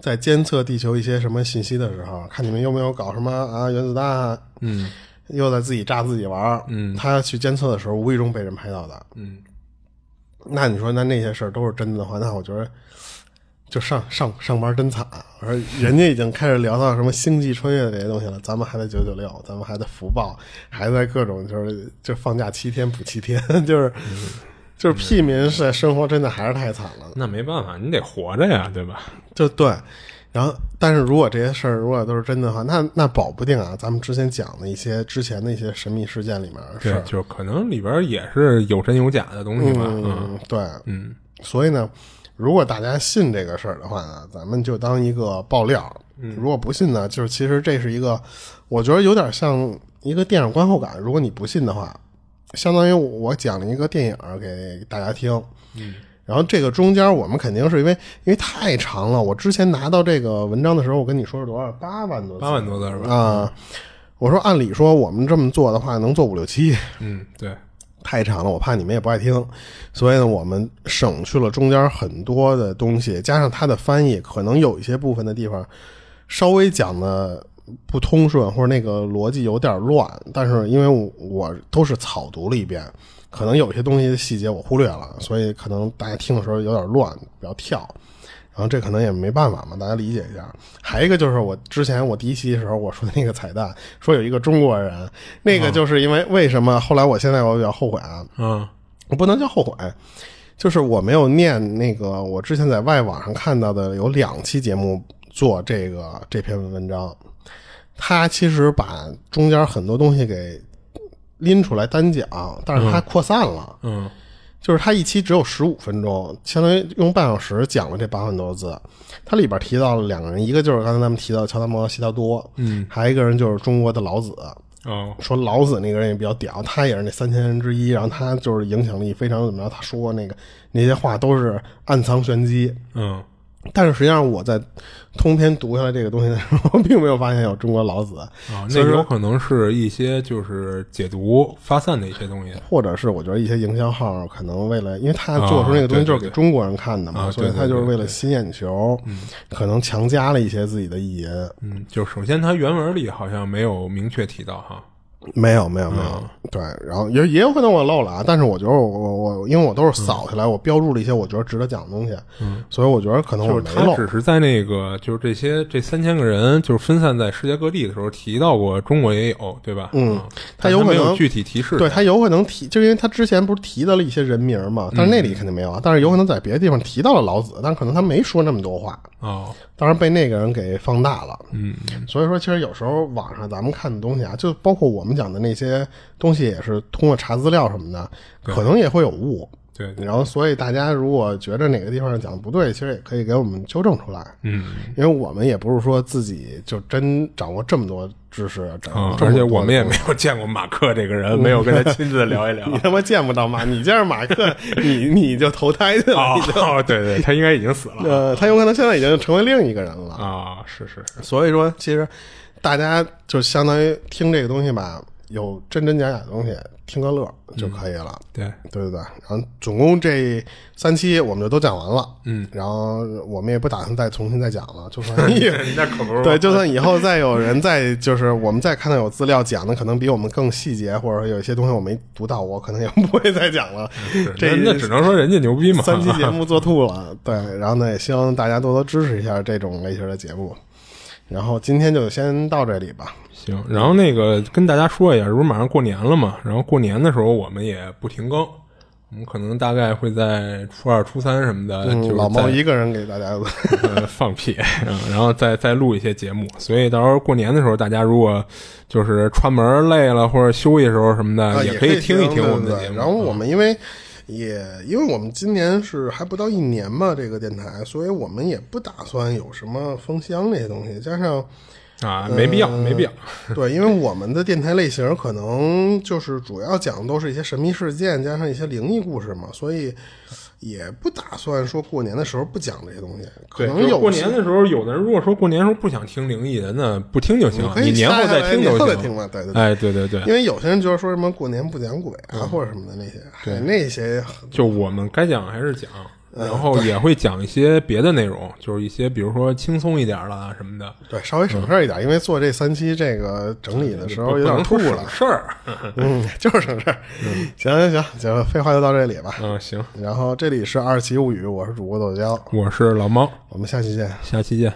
在监测地球一些什么信息的时候，看你们有没有搞什么啊原子弹啊，
嗯
又在自己炸自己玩儿。
嗯
他去监测的时候，无意中被人拍到的。
嗯，
那你说，那那些事儿都是真的的话，那我觉得就上上上班真惨。我说，人家已经开始聊到什么星际穿越这些东西了，咱们还在九九六，咱们还在福报，还在各种就是就放假七天补七天， 就是
嗯
就是屁民是生活真的还是太惨了。
那没办法，你得活着呀，对吧？
就对，然后，但是如果这些事儿如果都是真的话，那那保不定啊，咱们之前讲的一些之前的一些神秘事件里面的事
对，
儿，嗯
就可能里边也是有真有假的东西吧。嗯，
嗯，对，
嗯，
所以呢，如果大家信这个事儿的话呢，咱们就当一个爆料；
嗯
如果不信呢，就是其实这是一个，我觉得有点像一个电影观后感。如果你不信的话，相当于我讲了一个电影儿给大家听。嗯。然后这个中间我们肯定是因为因为太长了，我之前拿到这个文章的时候，我跟你说是多少？八万多字
八万多字儿吧。
啊！我说按理说我们这么做的话，能做五六期。
嗯，对，
太长了，我怕你们也不爱听，所以呢，我们省去了中间很多的东西，加上它的翻译，可能有一些部分的地方稍微讲的不通顺，或者那个逻辑有点乱。但是因为我我都是草读了一遍，可能有些东西的细节我忽略了，所以可能大家听的时候有点乱，比较跳。然后这可能也没办法嘛，大家理解一下。还有一个就是我之前我第一期的时候我说的那个彩蛋，说有一个中国人，那个就是因为为什么后来我现在我比较后悔啊，
嗯
我不能叫后悔，就是我没有念那个我之前在外网上看到的有两期节目做这个这篇文章，他其实把中间很多东西给拎出来单讲，但是他扩散了。
嗯
就是它一期只有十五分钟，相当于用半小时讲了这八万多字。它里边提到了两个人，一个就是刚才咱们提到乔达摩·悉达多，
嗯，
还有一个人就是中国的老子。
哦，
说老子那个人也比较屌，他也是那三千人之一，然后他就是影响力非常怎么着？他说那个那些话都是暗藏玄机。
嗯
但是实际上我在通篇读下来这个东西的时候，并没有发现有中国老子，
啊，那
所以说
有可能是一些就是解读发散的一些东西。
或者是我觉得一些营销号可能为了，因为他做出那个东西
啊对对
就是给中国人看的嘛，
啊
所以
对对
他就是
对
为了吸眼球，可能强加了一些自己的意淫。
嗯，就首先它原文里好像没有明确提到哈。
没有，没有，没
嗯
有。对，然后也也有可能我漏了啊，但是我觉得我我我，因为我都是扫下来，我标注了一些我觉得值得讲的东西，所以我觉得可能
嗯就
我
是
哦没
他
漏。
只是在那个，就是这些这三千个人，就是分散在世界各地的时候提到过，中国也有，对吧？嗯，
他
但
有可
没
能
具体提示。
对他有可能提，就因为他之前不是提到了一些人名嘛，
嗯
但是那里肯定没有啊，但是有可能在别的地方提到了老子，但是可能他没说那么多话，
哦，
当然被那个人给放大了。
嗯，
所以说，其实有时候网上咱们看的东西啊，就包括我们讲的那些东西，也是通过查资料什么的，可能也会有误。
对对，
然后，所以大家如果觉得哪个地方讲的不对，其实也可以给我们纠正出来，
嗯，
因为我们也不是说自己就真掌握这么多知识，掌
啊
握，这么多嗯
而且我们也没有见过马克这个人，没有跟他亲自地聊一 聊
你。他妈见不到马，你见着马 克，你你就投胎去了。
哦，哦对对，他应该已经死了
呃，他有可能现在已经成为另一个人了。
啊，是是是，
所以说，其实大家就相当于听这个东西吧，有真真假假的东西，听个乐就可以了，
对，
对对对。然后总共这三期我们就都讲完了，
嗯，
然后我们也不打算再重新再讲了，就 算以
那可不是
对，就算以后再有人再就是我们再看到有资料讲的可能比我们更细节，或者有一些东西我没读到，我可能也不会再讲了。这
那那只能说人家牛逼嘛。
三期节目做吐了，对，然后呢，也希望大家多多支持一下这种类型的节目。然后今天就先到这里吧。
行，然后那个跟大家说一下，这不是马上过年了嘛？然后过年的时候我们也不停更，我们可能大概会在初二、初三什么的，
嗯
呃就是
老猫
在
一个人给大家，
呃放屁，嗯然后再再录一些节目。所以到时候过年的时候，大家如果就是串门累了或者休息时候什么的，
啊
也
可
以听一
听
听我们
对
的
对
节
对
目。嗯
然后我们因为也因为我们今年是还不到一年嘛，这个电台，所以我们也不打算有什么封箱这些东西，加上。
啊，没必要，
嗯
没必要。
对，因为我们的电台类型可能就是主要讲的都是一些神秘事件，加上一些灵异故事嘛，所以也不打算说过年的时候不讲这些东西。可
对，
能
就是
有
过年的时候，有的人如果说过年的时候不想听灵异的，那不听就行
可
了，
以
你年后
下下来
再听
年
就
后再
行
听
了。
嘛，对对对。
哎，嗯对对对，
因为有些人觉得说什么过年不讲鬼啊，或者什么的那些，哎那些
就我们该讲还是讲，
嗯
然后也会讲一些别的内容，就是一些比如说轻松一点儿啦什么的。
对稍微省事儿一点，因为做这三期这个整理的时候有
不
点
能
吐
说省
了，
事儿。
嗯，就是省事儿。行行行，行，废话就到这里吧。
嗯，行，
然后这里是《二奇物语》，我是主播豆椒，
我是老猫，
我们下期见。
下期见。